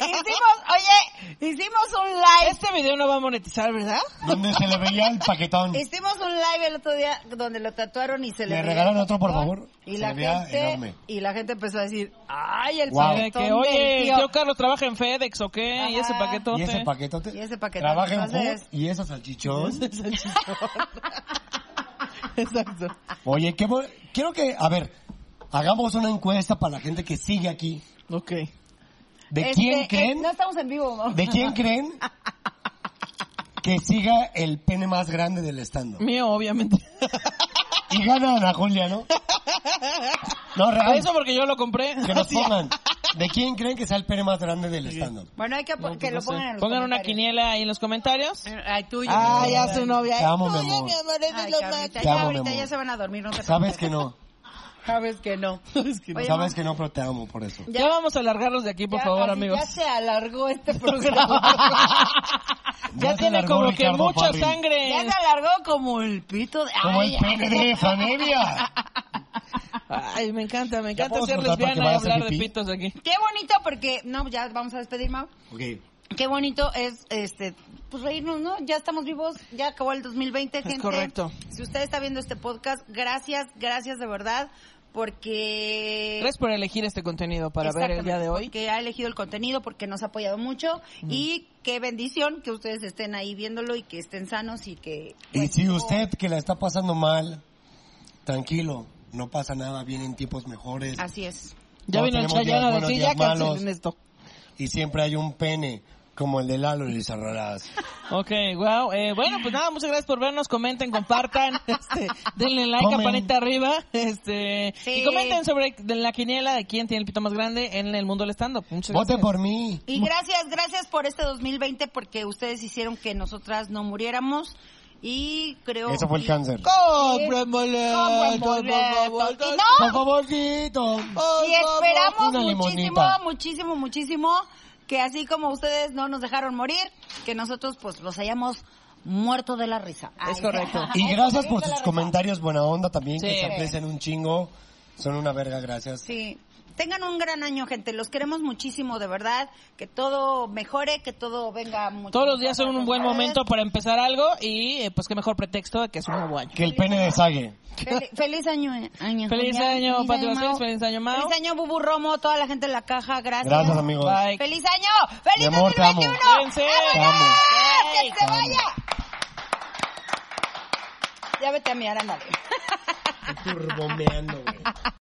S3: hicimos, oye, hicimos un live.
S2: Este video no va a monetizar, ¿verdad?
S4: Donde se le veía el paquetón.
S3: Hicimos un live el otro día donde lo tatuaron y se le
S4: ¿Me
S3: veía
S4: regalan
S3: el
S4: otro, por
S3: paquetón.
S4: favor?
S3: Y
S4: Se
S3: la
S4: le veía
S3: gente
S4: enorme.
S3: y la gente empezó a decir, "Ay, el
S4: Guau.
S2: De
S3: paquetón."
S2: que, oye,
S3: del
S2: el
S3: tío".
S2: tío Carlos trabaja en FedEx, ¿o qué? Y ese
S3: Ajá.
S2: paquetote.
S4: Y ese paquetote.
S3: Y ese paquetón,
S4: Trabaja en
S3: entonces-
S4: Food y ese salchichón.
S2: Exacto.
S3: Ah.
S4: Oye, qué bo- quiero que, a ver, hagamos una encuesta para la gente que sigue aquí.
S2: Ok.
S4: ¿De
S3: Este,
S4: quién
S3: eh,
S4: creen?
S3: no estamos en vivo, ¿no?
S4: ¿De quién creen que siga el pene más grande del stand
S2: Mío, obviamente.
S4: Y gana Ana Julia, ¿no? No, real.
S2: Eso porque yo lo compré.
S4: Que nos
S2: Sí.
S4: pongan. ¿De quién creen que sea el pene más grande del stand
S3: Bueno, hay que, po-
S4: pues
S3: que lo pongan en los
S2: Pongan una
S3: comentarios.
S2: quiniela ahí en los comentarios.
S3: Ay, tú y
S2: Ah, ya su novia.
S4: Te amo, mi amor.
S3: Ay, Carlita,
S4: Te
S3: ya
S4: amo, mi
S3: ahorita
S4: amor.
S3: ya se van a dormir, no te
S4: Sabes que no.
S3: Sabes que no. Oye,
S4: Sabes que no, pero te amo por eso.
S2: Ya vamos a alargarlos de aquí, por
S3: Ya,
S2: favor,
S3: así
S2: amigos.
S3: Ya se alargó este programa.
S2: Ya,
S4: se
S2: tiene
S4: largó
S2: como que
S4: Ricardo
S2: mucha
S4: Farril.
S2: sangre.
S3: ya se alargó como el pito de...
S4: Como
S3: Ay,
S4: el pene de Fanevia.
S2: Ay, me encanta, me
S4: ¿Ya
S2: encanta
S4: podemos
S2: ser
S4: cortar
S2: lesbiana
S4: para que
S2: y
S4: vayas a
S2: hablar de
S4: pipí?
S2: pitos aquí.
S3: Qué bonito porque... No, ya vamos a despedir, Mau.
S4: Ok.
S3: Qué bonito es, este, pues reírnos, ¿no? Ya estamos vivos, ya acabó el 2020, gente.
S2: correcto.
S3: Si usted está viendo este podcast, gracias, gracias de verdad, porque...
S2: Gracias por elegir este contenido para ver el
S3: Exactamente,
S2: día de hoy.
S3: Porque ha elegido el contenido, porque nos ha apoyado mucho y qué bendición que ustedes estén ahí viéndolo y que estén sanos y que...
S4: Y si usted que la está pasando mal, tranquilo, no pasa nada, vienen tiempos mejores.
S3: Así es.
S2: Ya
S4: No,
S2: vino el
S4: tenemos días
S2: Chayana a
S4: buenos,
S2: decir, ya
S4: días malos.
S2: cancelen esto.
S4: Y siempre hay un pene como el de Lalo y cerrarás.
S2: Ok, wow. Eh, bueno, pues nada, muchas gracias por vernos. Comenten, compartan, este, denle like,
S4: Comen.
S2: campanita arriba. Este,
S3: Sí.
S2: Y comenten sobre de la quiniela de quién tiene el pito más grande en el mundo del stand-up. Muchas
S4: Voten
S2: gracias.
S4: por mí.
S3: Y gracias, gracias por este 2020 porque ustedes hicieron que nosotras no muriéramos y creo...
S4: Eso fue el
S3: y-
S4: cáncer.
S2: Compren
S3: Compren
S2: boletos,
S3: boletos.
S2: por favor.
S3: Y no,
S4: Por favorcito.
S2: Por
S3: Y
S2: favor.
S3: esperamos
S4: Una
S3: muchísimo,
S4: limonita.
S3: muchísimo, muchísimo que así como ustedes no nos dejaron morir, que nosotros pues los hayamos muerto de la risa.
S2: Es correcto.
S4: Y gracias por sus comentarios buena onda también,
S2: Sí.
S4: que se aprecian un chingo. Son una verga, gracias.
S3: Sí. Tengan un gran año, gente. Los queremos muchísimo, de verdad. Que todo mejore, que todo venga mucho.
S2: Todos los
S3: mejor
S2: días son
S3: para
S2: un buen
S3: ustedes.
S2: momento para empezar algo y eh, pues qué mejor pretexto de que es un nuevo año.
S4: Que el pene desague.
S3: Fel- feliz año, eh, año.
S2: Feliz
S3: Julia.
S2: año,
S3: Feliz
S2: Pati
S3: año,
S2: Vasquez.
S3: Mau.
S2: Feliz año, Mau.
S3: Feliz año, Bubu Romo. Toda la gente en la caja. Gracias.
S4: Gracias, amigos.
S2: Bye.
S3: ¡Feliz año! ¡Feliz
S4: Mi amor, te amo.
S3: 2021!
S2: Cuídense.
S4: Te amo.
S3: ¡Ah, ¡Que
S2: Ay,
S3: se
S4: amo.
S3: vaya! Ya vete a mirar a nadie.
S4: Turbomeando, güey.